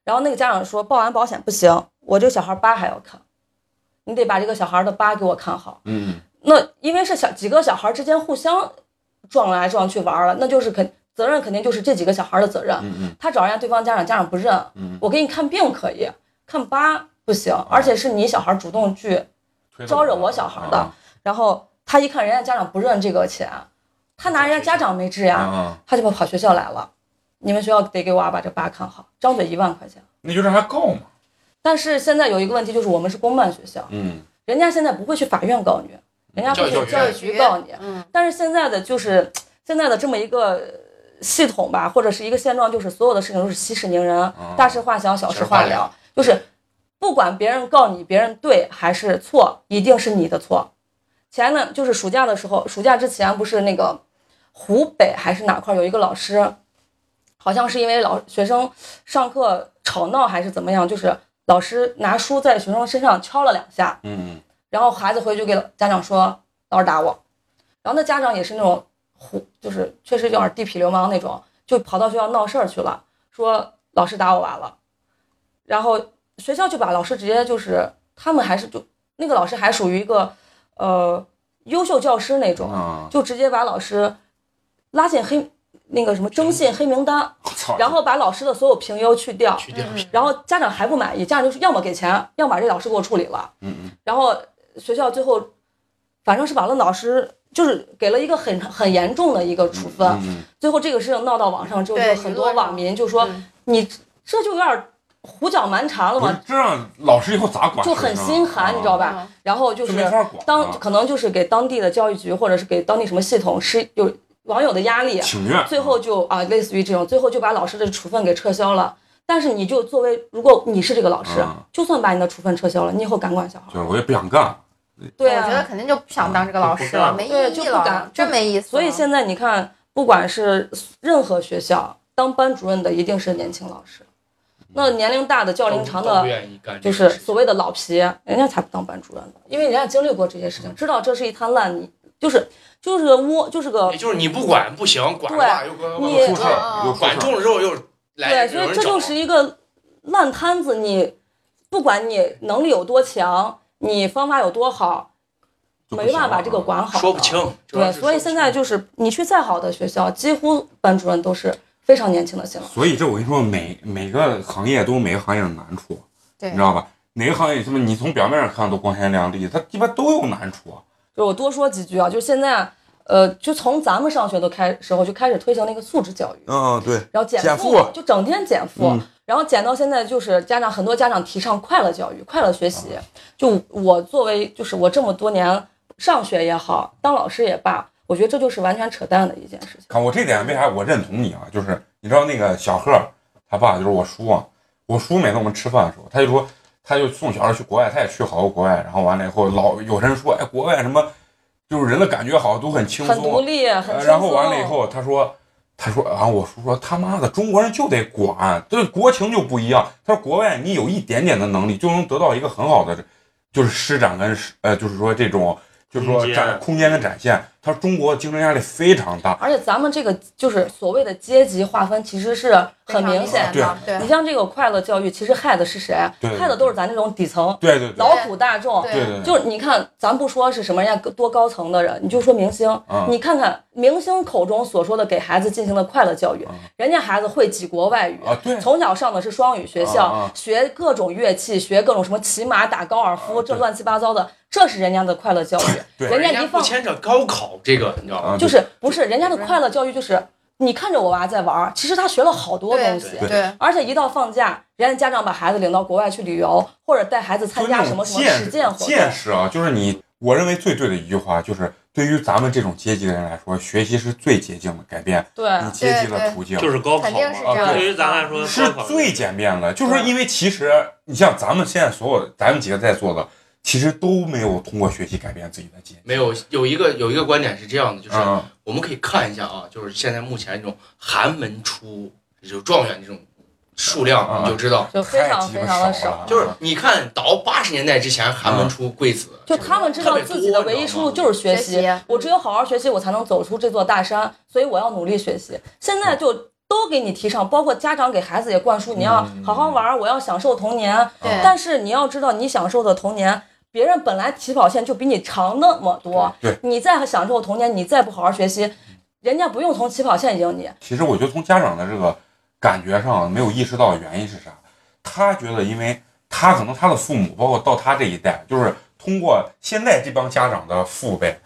D: 然后那个家长说，报完保险不行，我这个小孩疤还要看，你得把这个小孩的疤给我看好。
A: 嗯，
D: 那因为是小几个小孩之间互相撞来撞去玩儿了，那就是肯责任肯定就是这几个小孩的责任。
A: 嗯嗯
D: 他找人家对方家长，家长不认，
A: 嗯
D: 我给你看病可以，看疤不行，而且是你小孩主动去，
A: 嗯，
D: 招惹我小孩的然后他一看人家家长不认这个钱，他拿人家家长没治
A: 啊
D: 呀，
A: 啊，
D: 他就跑跑学校来了，你们学校得给我娃把这疤看好，张嘴一万块钱。
A: 那就让他告嘛，
D: 但是现在有一个问题就是我们是公办学校，
A: 嗯，
D: 人家现在不会去法院告你，人家会
F: 教育
D: 去
F: 局
D: 教育局告你，
C: 嗯，
D: 但是现在的就是现在的这么一个呃系统吧，或者是一个现状，就是所有的事情都是息事宁人，大事化小，哦小事化
F: 小事化
D: 了
F: 了，
D: 就是不管别人告你别人对还是错，一定是你的错。前呢，就是暑假的时候，暑假之前不是那个湖北还是哪块儿有一个老师，好像是因为老学生上课吵闹还是怎么样，就是老师拿书在学生身上敲了两下，
A: 嗯
D: 然后孩子回去给家长说老师打我，然后那家长也是那种虎，就是确实有点地痞流氓那种，就跑到学校闹事儿去了，说老师打我娃了，然后学校就把老师直接就是他们还是就那个老师还属于一个呃优秀教师那种，
A: 啊，
D: 就直接把老师拉进黑那个什么征信黑名单，
A: 操，
D: 然后把老师的所有评优去掉，
F: 去掉
C: 嗯
D: 然后家长还不满意，家长就是要么给钱，要么把这老师给我处理了。
A: 嗯嗯
D: 然后学校最后反正是把那老师就是给了一个很很严重的一个处分。
A: 嗯
D: 最后这个事情闹到网上之后，
C: 对
D: 就很多网民就说
C: 嗯
D: 你这就有点胡搅蛮缠了
A: 不
D: 嘛
A: 是，这样，老师以后咋管？
D: 就很心寒，你知道
A: 吧？
C: 嗯
D: 吧？然后就
A: 啊就是没法管啊。
D: 当可能就是给当地的教育局或者是给当地什么系统是有网友的压力，
A: 请愿，
D: 最后就啊类似于这种，最后就把老师的处分给撤销了。但是你就作为，如果你是这个老师
A: 嗯，
D: 就算把你的处分撤销了，你以后敢管小孩
A: 就
D: 儿？
A: 是我也不想干。
D: 对
C: 我觉得
D: 啊，
C: 肯定就不想当这个老师了，没
D: 对
C: 意
D: 就
C: 义
D: 不
C: 了
D: 敢，
C: 真没意思了。
F: 嗯
D: 所以现在你看，不管是任何学校，当班主任的一定是年轻老师，那
F: 嗯
D: 年龄大的、教龄长
F: 都
D: 的
F: 不，愿意干这个
D: 就是
F: 事情，
D: 所谓的老皮，人家才不当班主任呢，因为人家经历过这些事
F: 嗯
D: 情，知道这是一滩烂泥，就是就是个窝，就是个
F: 也就是你不管不行，管了吧又管管
D: 呃你
A: 出事儿，
C: 嗯
A: 又
C: 嗯
F: 管重了之后又来
D: 对，
F: 有
D: 所以
F: 人
D: 这
F: 找
D: 就是一个烂摊子。你不管你能力有多强，你方法有多好，没办法把这个。管好。
F: 说不。清。主要
D: 对，
F: 是
D: 所以
F: 说不
D: 现在
F: 清
D: 就是你去再好的学校，几乎班主任都是非常年轻的新老师。
A: 所以这我跟你说，每每个行业都有每个行业的难处，
C: 对
A: 你知道吧？哪个行业什么？你从表面上看都光鲜亮丽，它鸡巴都有难处。啊
D: 就我多说几句啊，就现在，呃，就从咱们上学的开时候就开始推行了一个素质教育，
A: 嗯，对，
D: 然后减
A: 减
D: 负
A: 负
D: 就整天减负，
A: 嗯
D: 然后减到现在就是家长很多家长提倡快乐教育、快乐学
A: 啊
D: 习。就我作为就是我这么多年上学也好，当老师也罢，我觉得这就是完全扯淡的一件事情。
A: 看我这点为啥我认同你啊？就是你知道那个小贺他爸就是我叔啊，我叔每次我们吃饭的时候，他就说他就送小孩去国外，他也去好多国外，然后完了以后老有人说哎国外什么就是人的感觉好都很轻
D: 很
A: 松，
D: 独立，很轻
A: 呃
D: 松。啊
A: 然后完了以，后，他说，他说，然后我叔说，他妈的，中国人就得管，这国情就不一样。他说，国外你有一点点的能力，就能得到一个很好的，就是施展跟施呃，就是说这种，就是说
E: 空间
A: 展空间的展现。他说，中国竞争压力非常大，
D: 而且咱们这个就是所谓的阶级划分，其实是很明显
A: 非常
D: 的
A: 明。
C: 对
D: 你像这个快乐教育，其实害的是谁啊？
A: 对对
D: 害的都是咱这种底层
A: 对对对，
D: 劳苦大众。
A: 对对对，
D: 就是你看，咱不说是什么人家多高层的人，你就说明星，
A: 嗯
D: 你看看明星口中所说的给孩子进行的快乐教育，
A: 嗯
D: 人家孩子会几国外语，
A: 啊对
D: 从小上的是双语学校，
A: 啊啊
D: 学各种乐器，学各种什么骑马、打高尔夫，这
A: 嗯对
D: 乱七八糟的，这是人家的快乐教育。
A: 对
D: 人家
F: 人家
D: 一
F: 不
D: 放
F: 牵扯高考这个，你知道吗？
A: 啊
D: 就是不是人家的快乐教育就是你看着我娃在玩儿，其实他学了好多
C: 对
D: 东西。
A: 对
C: 对
D: 而且一到放假，人家家长把孩子领到国外去旅游，或者带孩子参
A: 就
D: 加
A: 那
D: 什
A: 种
D: 么什么
A: 见
D: 实
A: 识
D: 践活动，
A: 见识啊，就是你，我认为最对的一句话就是。对于咱们这种阶级的人来说，学习是最捷径的改变
D: 嗯对，
A: 你阶级
C: 对对
A: 的途径。
E: 就是高考
C: 肯定是
E: 嘛，
A: 这样
E: 对于咱来说
A: 是
E: 高考
A: 最简便的，就是因为其实你像咱们现在所有咱们几个在座的，其实都没有通过学习改变自己的阶级。
F: 没有有一个有一个观点是这样的，就是
A: 嗯
F: 我们可以看一下啊，就是现在目前这种寒门出就状元这种数量，
A: 嗯
F: 你就知道，
D: 就非
A: 太
D: 常
A: 鸡
D: 非
A: 巴
D: 常的
A: 少了啊
D: 少。
F: 就是你看倒八十年代之前，寒
A: 嗯
F: 门出贵子，
D: 就他们知道自己的唯一出路就是学
C: 学
D: 习
C: 习，
D: 我只有好好学习，我才能走出这座大山，所以我要努力学习。现
A: 嗯
D: 在就都给你提倡，包括家长给孩子也灌输，你要
A: 嗯
D: 好好玩儿，我要享受童年。
C: 对
D: 但是你要知道，你享受的童年，别人本来起跑线就比你长那么多，
A: 对对
D: 你再享受童年，你再不好好学习，人家不用从起跑线赢你。
A: 其实我觉得从家长的这个感觉上没有意识到原因是啥，他觉得因为他可能他的父母，包括到他这一代，就是通过现在这帮家长的父辈，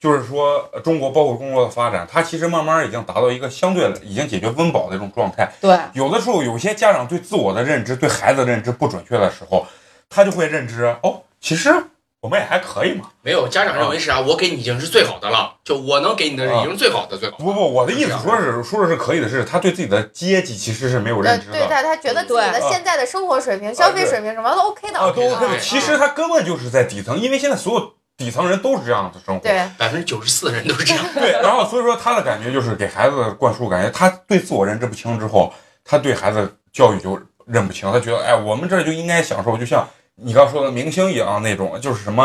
A: 就是说呃中国包括中国的发展，他其实慢慢已经达到一个相对已经解决温饱的一种状态。
D: 对，
A: 有的时候，有些家长对自我的认知、对孩子的认知不准确的时候，他就会认知哦，其实我们也还可以嘛。
F: 没有家长认
A: 嗯
F: 为是啥，我给你已经是最好的了，就我能给你的已经是最好的最好的。
A: 不不，我的意思说是说的是可以的是，他对自己的阶级其实是没有
C: 对
A: 认知
C: 对，
A: 的。
C: 他他觉得自己的
A: 对
C: 现在的生活水平、消费水平什么都 OK
A: 啊，
C: 的，
A: 都 OK
C: 哦对
A: 的。其实他根本就是在底层，因为现在所有底层人都是这样的生活。
C: 对
F: 百分之九十四的人都是这样，
A: 对，然后所以说他的感觉就是给孩子灌输感觉，他对自我认知不清之后，他对孩子教育就认不清，他觉得哎，我们这儿就应该享受，就像你刚说的明星一样那种，就是什么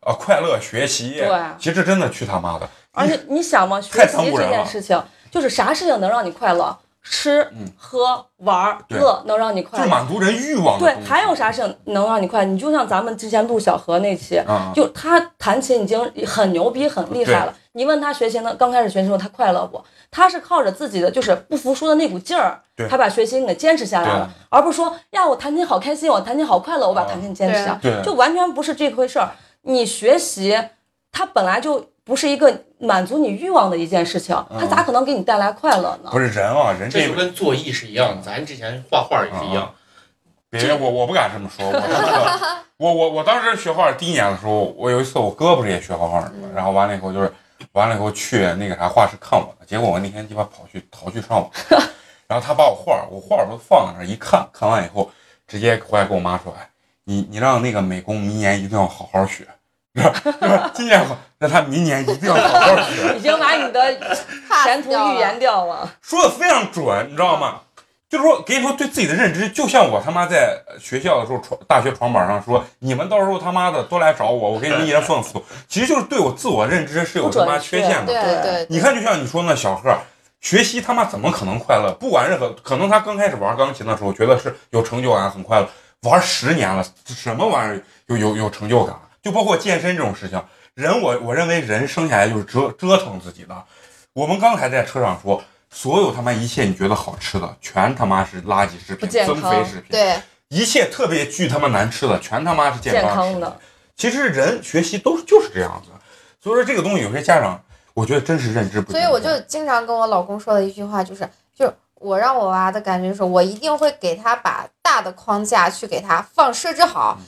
A: 啊快乐学习，
D: 对
A: 其实这真的去他妈的，
D: 而且你想
A: *laughs*
D: 嘛，
A: 太
D: 学
A: 耽
D: 习
A: 误
D: 这
A: 人
D: 件
A: 了
D: 事情，就是啥事情能让你快乐？吃
A: 嗯、
D: 喝、玩儿、
A: 对
D: 乐能让你快
A: 就
D: 乐。
A: 满足人欲望的
D: 对
A: 东，西
D: 还有啥事情能让你快乐？你就像咱们之前录小何那期，
A: 啊？
D: 就他弹琴已经很牛逼、很厉害了。你问他学琴的，刚开始学的时候他快乐不？他是靠着自己的就是不服输的那股劲儿
A: 对，
D: 他把学琴给坚持下来了，而不是说哎呀我弹琴好开心，我弹琴好快
A: 哦
D: 乐，我把弹琴坚持下来，
A: 对
D: 就完全不是这回事儿。你学习，它本来就不是一个满足你欲望的一件事情，它
A: 嗯
D: 咋可能给你带来快乐呢
A: 不？是人啊，人
F: 这
A: 这
F: 就跟作艺是一样的，咱之前画画也是一样。
A: 别我我不敢这么说，我真的我我我当时学画第一年的时候，我有一次我哥不是也学画画的嘛，然后完了以后就是完了以后去那个啥画室看我，结果我那天鸡巴跑去逃去上网，然后他把我画我画我都放在那儿一看，看完以后直接回来跟我妈说，哎，你你让那个美工明年一定要好好学， *laughs* 就是今年好，那他明年一定要好好学。
D: 已经把你的前途预言掉了。
A: 说的非常准，你知道吗？就是说，给你说对自己的认知，就像我他妈在学校的时候床大学床板上说，你们到时候他妈的都来找我，我给你们一人放四，其实就是对我自我认知是有他妈缺陷
C: 对
A: 的。
D: 对
C: 对，
A: 你看，就像你说那小贺，学习他妈怎么可能快乐？不管任何，可能他刚开始玩钢琴的时候觉得是有成就感，很快乐，玩十年了，什么玩意儿有有有成就感？就包括健身这种事情，人我我认为人生下来就是折折腾自己的。我们刚才在车上说，所有他妈一切你觉得好吃的，全他妈是垃圾食
D: 不
A: 品、
D: 健
A: 增
D: 康
A: 肥食品，
C: 对
A: 一切特别巨他妈难吃的，全他妈是 *laughs* 健
D: 健
A: 康
D: 康
A: 食品
D: 的。
A: 其实人学习都是就是这样子，所以说这个东西有些家长，我觉得真是认知不
C: 所
A: 均的。
C: 以我就经常跟我老公说的一句话就是，就是我让我娃的感觉是我一定会给他把大的框架去给他放设置
A: 嗯
C: 好，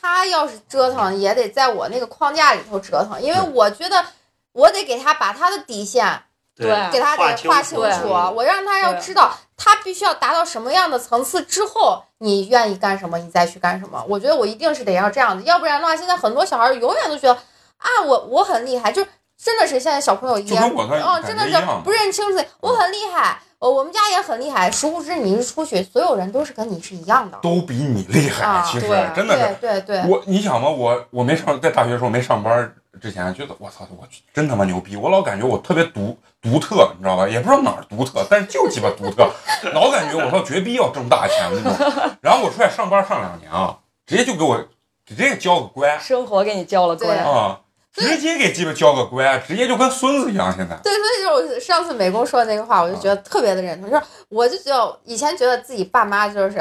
C: 他要是折腾也得在我那个框架里头折腾，因为
A: 对
C: 我觉得我得给他把他的底线
D: 对
C: 给他
E: 划
C: 得
E: 清
C: 画
E: 楚
C: 清楚，
E: 对
C: 我让他要
D: 对
C: 知道他必须要达到什么样的层次之后，你愿意干什么，你再去干什么。我觉得我一定是得要这样的，要不然的话，现在很多小孩永远都觉得啊，我我很厉害，就是真的是现在小朋友也
A: 就跟我的
C: 哦，
A: 感
C: 真
A: 觉
C: 的
A: 一
C: 是
A: 样
C: 不认清自己，我很厉害，哦，我们家也很厉害，殊不知你一出去，所有人都是跟你是一样
A: *laughs*
C: 的。
A: 都比你厉害，
C: 啊
A: 哎其实
D: 对啊
A: 真的
C: 对
A: 是。
C: 对对，
A: 我你想嘛，我我没上在大学的时候没上班之前，觉得我操，我真他妈牛逼！我老感觉我特别独独特，你知道吧？也不知道哪儿独特，但是就鸡巴独特，老感觉我操绝逼要挣大钱那种。然后我出来上班上两年啊，直接就给我直接教个乖
D: 生活给你叫了过来
C: 对，
A: 啊，
C: 对
A: 直接给鸡巴教个乖，直接就跟孙子一样。现在
C: 对，所以就是我上次美工说的那个话，我就觉
A: 啊
C: 得特别的认同，就是我就觉得以前觉得自己爸妈就是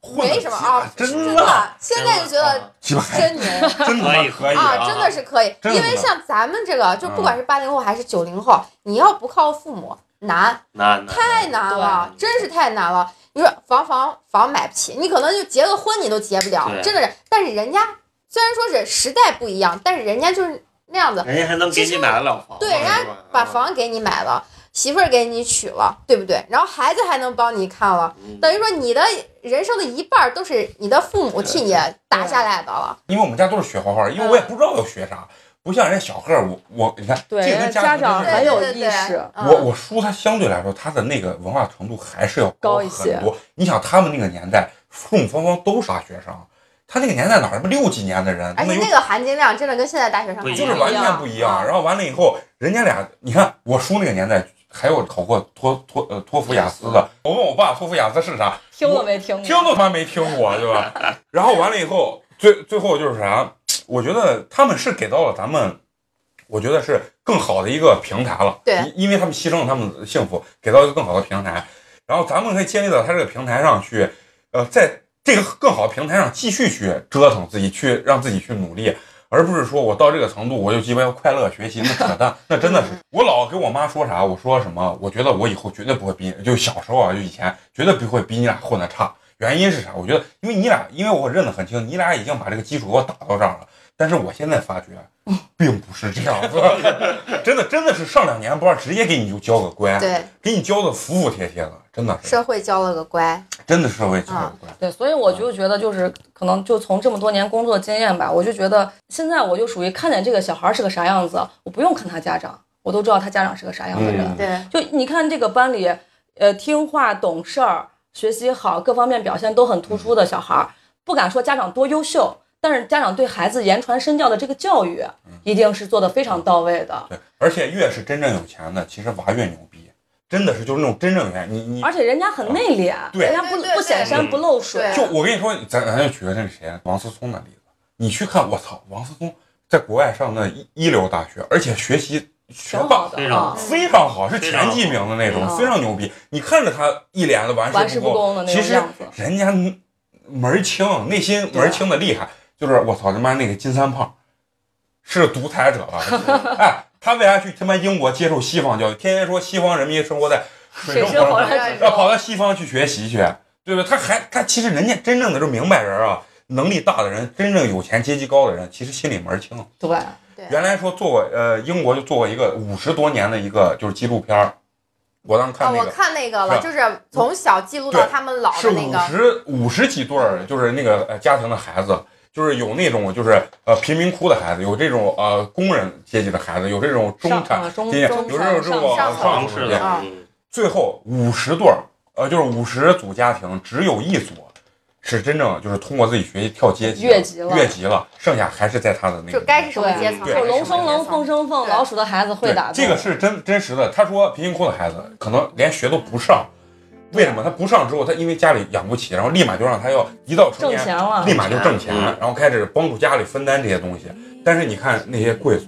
A: 混
C: 没
A: 的
C: 什么啊，
A: 真
C: 真
A: 的
C: 的，现在就觉得
A: 鸡巴
C: 真牛
A: 真他妈可以
C: 啊，真的是可以，
A: 哎真的
C: 因为像咱们这个，就不管是八零后还是九零后，你要不靠父母难，
E: 那那
C: 太难了，
E: 对
C: 真是太难了。你说房房房买不起，你可能就结个婚你都结不了，
E: 对
C: 真的是。但是人家虽然说是时代不一样，但是人家就是那样子，
E: 人哎家还能给
C: 其
E: 你
C: 实
E: 买得了房，
C: 对人家
E: 是吧嗯
C: 把，房给你买了，媳妇儿给你娶了，对不对？然后孩子还能帮你看了，
E: 嗯
C: 等于说你的人生的一半儿都是你的父母替你打下来的了。
A: 因为我们家都是学画画，因为我也不知道要学啥，不像人家小贺，我我你看，
D: 对
A: 这跟
D: 人家家
A: 庭
D: 长
A: 真
D: 很
A: 是
D: 有
C: 对对
D: 意
C: 对
D: 识
C: 嗯
A: 我我叔他相对来说他的那个文化程度还是要
D: 高一些
A: 很多。你想他们那个年代，父母双方都是大学生，他那个年代哪儿什么六几年的人，
C: 而且
A: 有
C: 那个嗯含金量真的跟现在大学生
E: 不一
C: 含
E: 样
C: 金
A: 就是
C: 量
A: 完全不一样。然后完了以后，人家俩，你看我叔那个年代还有考过托托呃托福雅思的，我问我爸托福雅思是啥，
D: 听都没听过，
A: 听都他妈没听过，对吧？ *laughs* 然后完了以后，最最后就是啥？我觉得他们是给到了咱们，我觉得是更好的一个平台了。
C: 对
A: 因，因为他们牺牲了他们的幸福，给到一个更好的平台，然后咱们可以建立到他这个平台上去，呃，在这个更好的平台上继续去折腾自己，去让自己去努力。而不是说我到这个程度，我就鸡巴要快乐学习，那扯淡，那真的是。我老跟我妈说啥，我说什么，我觉得我以后绝对不会比，就小时候啊，就以前绝对不会比你俩混得差。原因是啥？我觉得，因为你俩，因为我认得很清，你俩已经把这个基础给我打到这儿了。但是我现在发觉，并不是这样子， *laughs* 真的真的是上两年班直接给你就教个乖，
C: 对，
A: 给你教的服服帖帖的，真的是，
C: 社会教了个乖，
A: 真的社会教的乖。
D: 对，所以我就觉得，就是可能就从这么多年工作经验吧，我就觉得现在我就属于看见这个小孩儿是个啥样子，我不用看他家长，我都知道他家长是个啥样的人。
A: 嗯
C: 对
D: 就你看这个班里，呃，听话、懂事儿、学习好，各方面表现都很突出的小孩
A: 嗯
D: 儿，不敢说家长多优秀，但是家长对孩子言传身教的这个教育，
A: 嗯
D: 一定是做的非常到位的。
A: 对，而且越是真正有钱的，其实娃越牛逼，真的是就是那种真正有钱，你你
D: 而且人家很内敛，
A: 嗯对
D: 人家不
C: 对对
D: 不显山不漏水，
C: 对
A: 就我跟你说，咱咱就举个那个谁，王思聪的例子，你去看，我操，王思聪在国外上的一一流大学，而且学习学
D: 挺好
A: 霸
D: 的
E: 非常
D: 啊
E: 好。
A: 非常好，嗯是前几名的那
D: 非常
A: 种，
D: 好
A: 非常牛逼。你看着他一脸的玩
D: 啊玩世
A: 世
D: 不
A: 不
D: 恭的那
A: 其
D: 种
A: 实
D: 样子，
A: 人家门儿清，内心门儿清
D: *laughs*
A: 的厉害。就是我操他妈那个金三胖，是独裁者吧？哎，他为啥去他妈英国接受西方教育？天天说西方人民生活在水
D: 水
A: 深
D: 深
A: 火
D: 火
A: 热，
D: 热之
A: 要跑
D: 中。
A: 到西方去学习去，对不对？他还他其实人家真正的就明白人啊，能力大的人，真正有钱阶级高的人，其实心里门儿清。
D: 对，
A: 原来说做过，呃，英国就做过一个五十多年的一个就是纪录片儿，我当时
C: 啊，
A: 看那
C: 我
A: 个、
C: 看那个了，
A: 是
C: 就是从小记录到
A: 对
C: 他们老
A: 是
C: 的那
A: 五
C: 个，
A: 十五十几对儿，就是那个呃家庭的孩子，就是有那种就是呃贫民窟的孩子，有这种呃工人阶级的孩子，有这种中
D: 上
A: 产
D: 啊中
A: 阶级，
D: 中
A: 有这
D: 上
A: 种这种
C: 上
A: 呃
C: 上
A: 上
E: 尝
A: 层
E: 试
A: 阶级
E: 的，
C: 啊
E: 嗯
A: 最后五十对儿，呃，就是五十组家庭，只有一组是真正就是通过自己学习跳阶级
D: 越级了
A: 越级了，剩下还是在他的那个
C: 就该是什么
D: 对
C: 阶层，
A: 对
D: 就龙生龙，
C: 还是什么阶层
D: 凤生凤，
C: 对
D: 老鼠的孩子会
A: 对
D: 打洞。
A: 这个是真真实的。他说贫民窟的孩子可能连学都不上，为
D: 啊
A: 什么？他不上之后，他因为家里养不起，然后立马就让他要一到成
D: 挣
A: 年
D: 钱了
A: 立。马就挣钱，
E: 嗯
A: 然后开始帮助家里分担这些东西。但是你看那些贵族，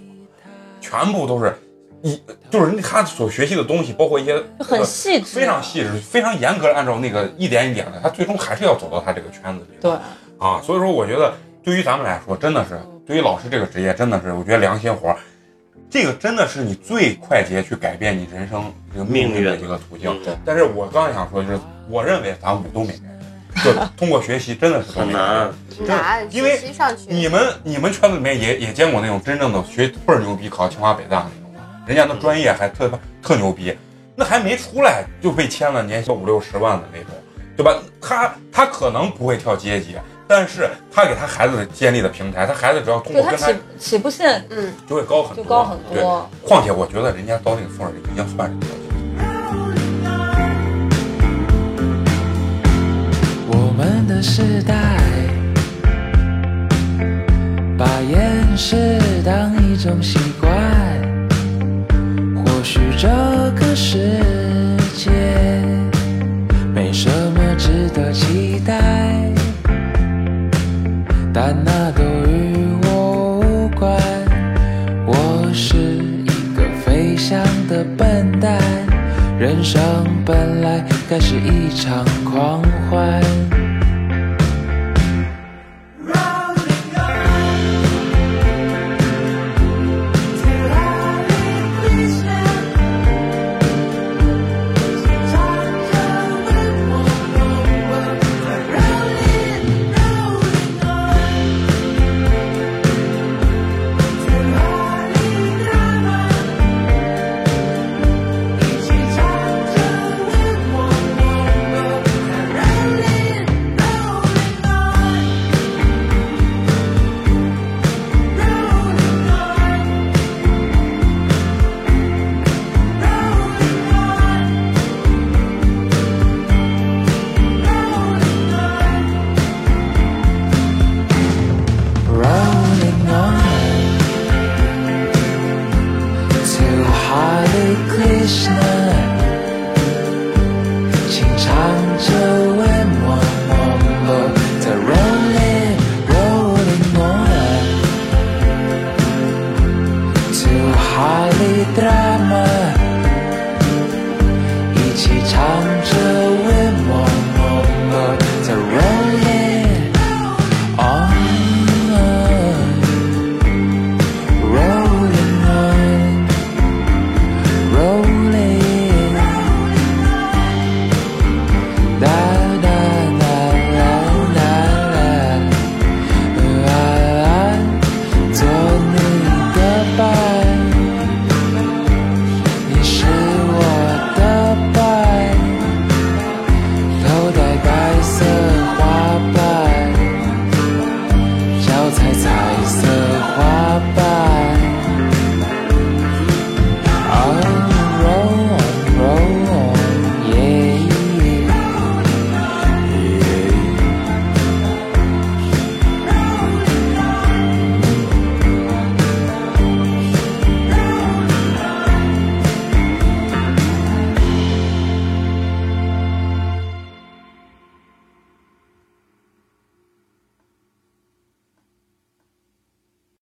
A: 全部都是一就是他所学习的东西，包括一些
D: 就很
A: 呃
D: 细致，
A: 非常细致、非常严格，按照那个一点一点的，他最终还是要走到他这个圈子里。
D: 对，
A: 啊，所以说我觉得对于咱们来说，真的是对于老师这个职业，真的是我觉得良心活儿，这个真的是你最快捷去改变你人生这个命运的一个途径。
E: 嗯
A: 但是我刚才想说，就是我认为咱们都没改变，就通过学习真的是都
E: 很
A: 没改变
E: 难。，啊
A: 真的
C: 难，
A: 因为
C: 学习上去，
A: 你们你们圈子里面也也见过那种真正的学倍儿牛逼，考清华北大那种吗，人家那专业还特特牛逼，那还没出来就被签了年薪五六十万的那种，对吧？他他可能不会跳阶级，但是他给他孩子建立的平台，他孩子只要通
D: 对
A: 过
D: 他
A: 跟他
D: 起起步线
C: 嗯。
A: 就会高很
D: 就
A: 多，
D: 高很
A: 对，
D: 多。
A: 况且我觉得人家到那个份儿已经算是跳阶级
G: 我们的时代，把掩饰当一种习惯。或许这个世界没什么值得期待，但那都与我无关。我是一个飞翔的笨蛋，人生本来该是一场狂欢。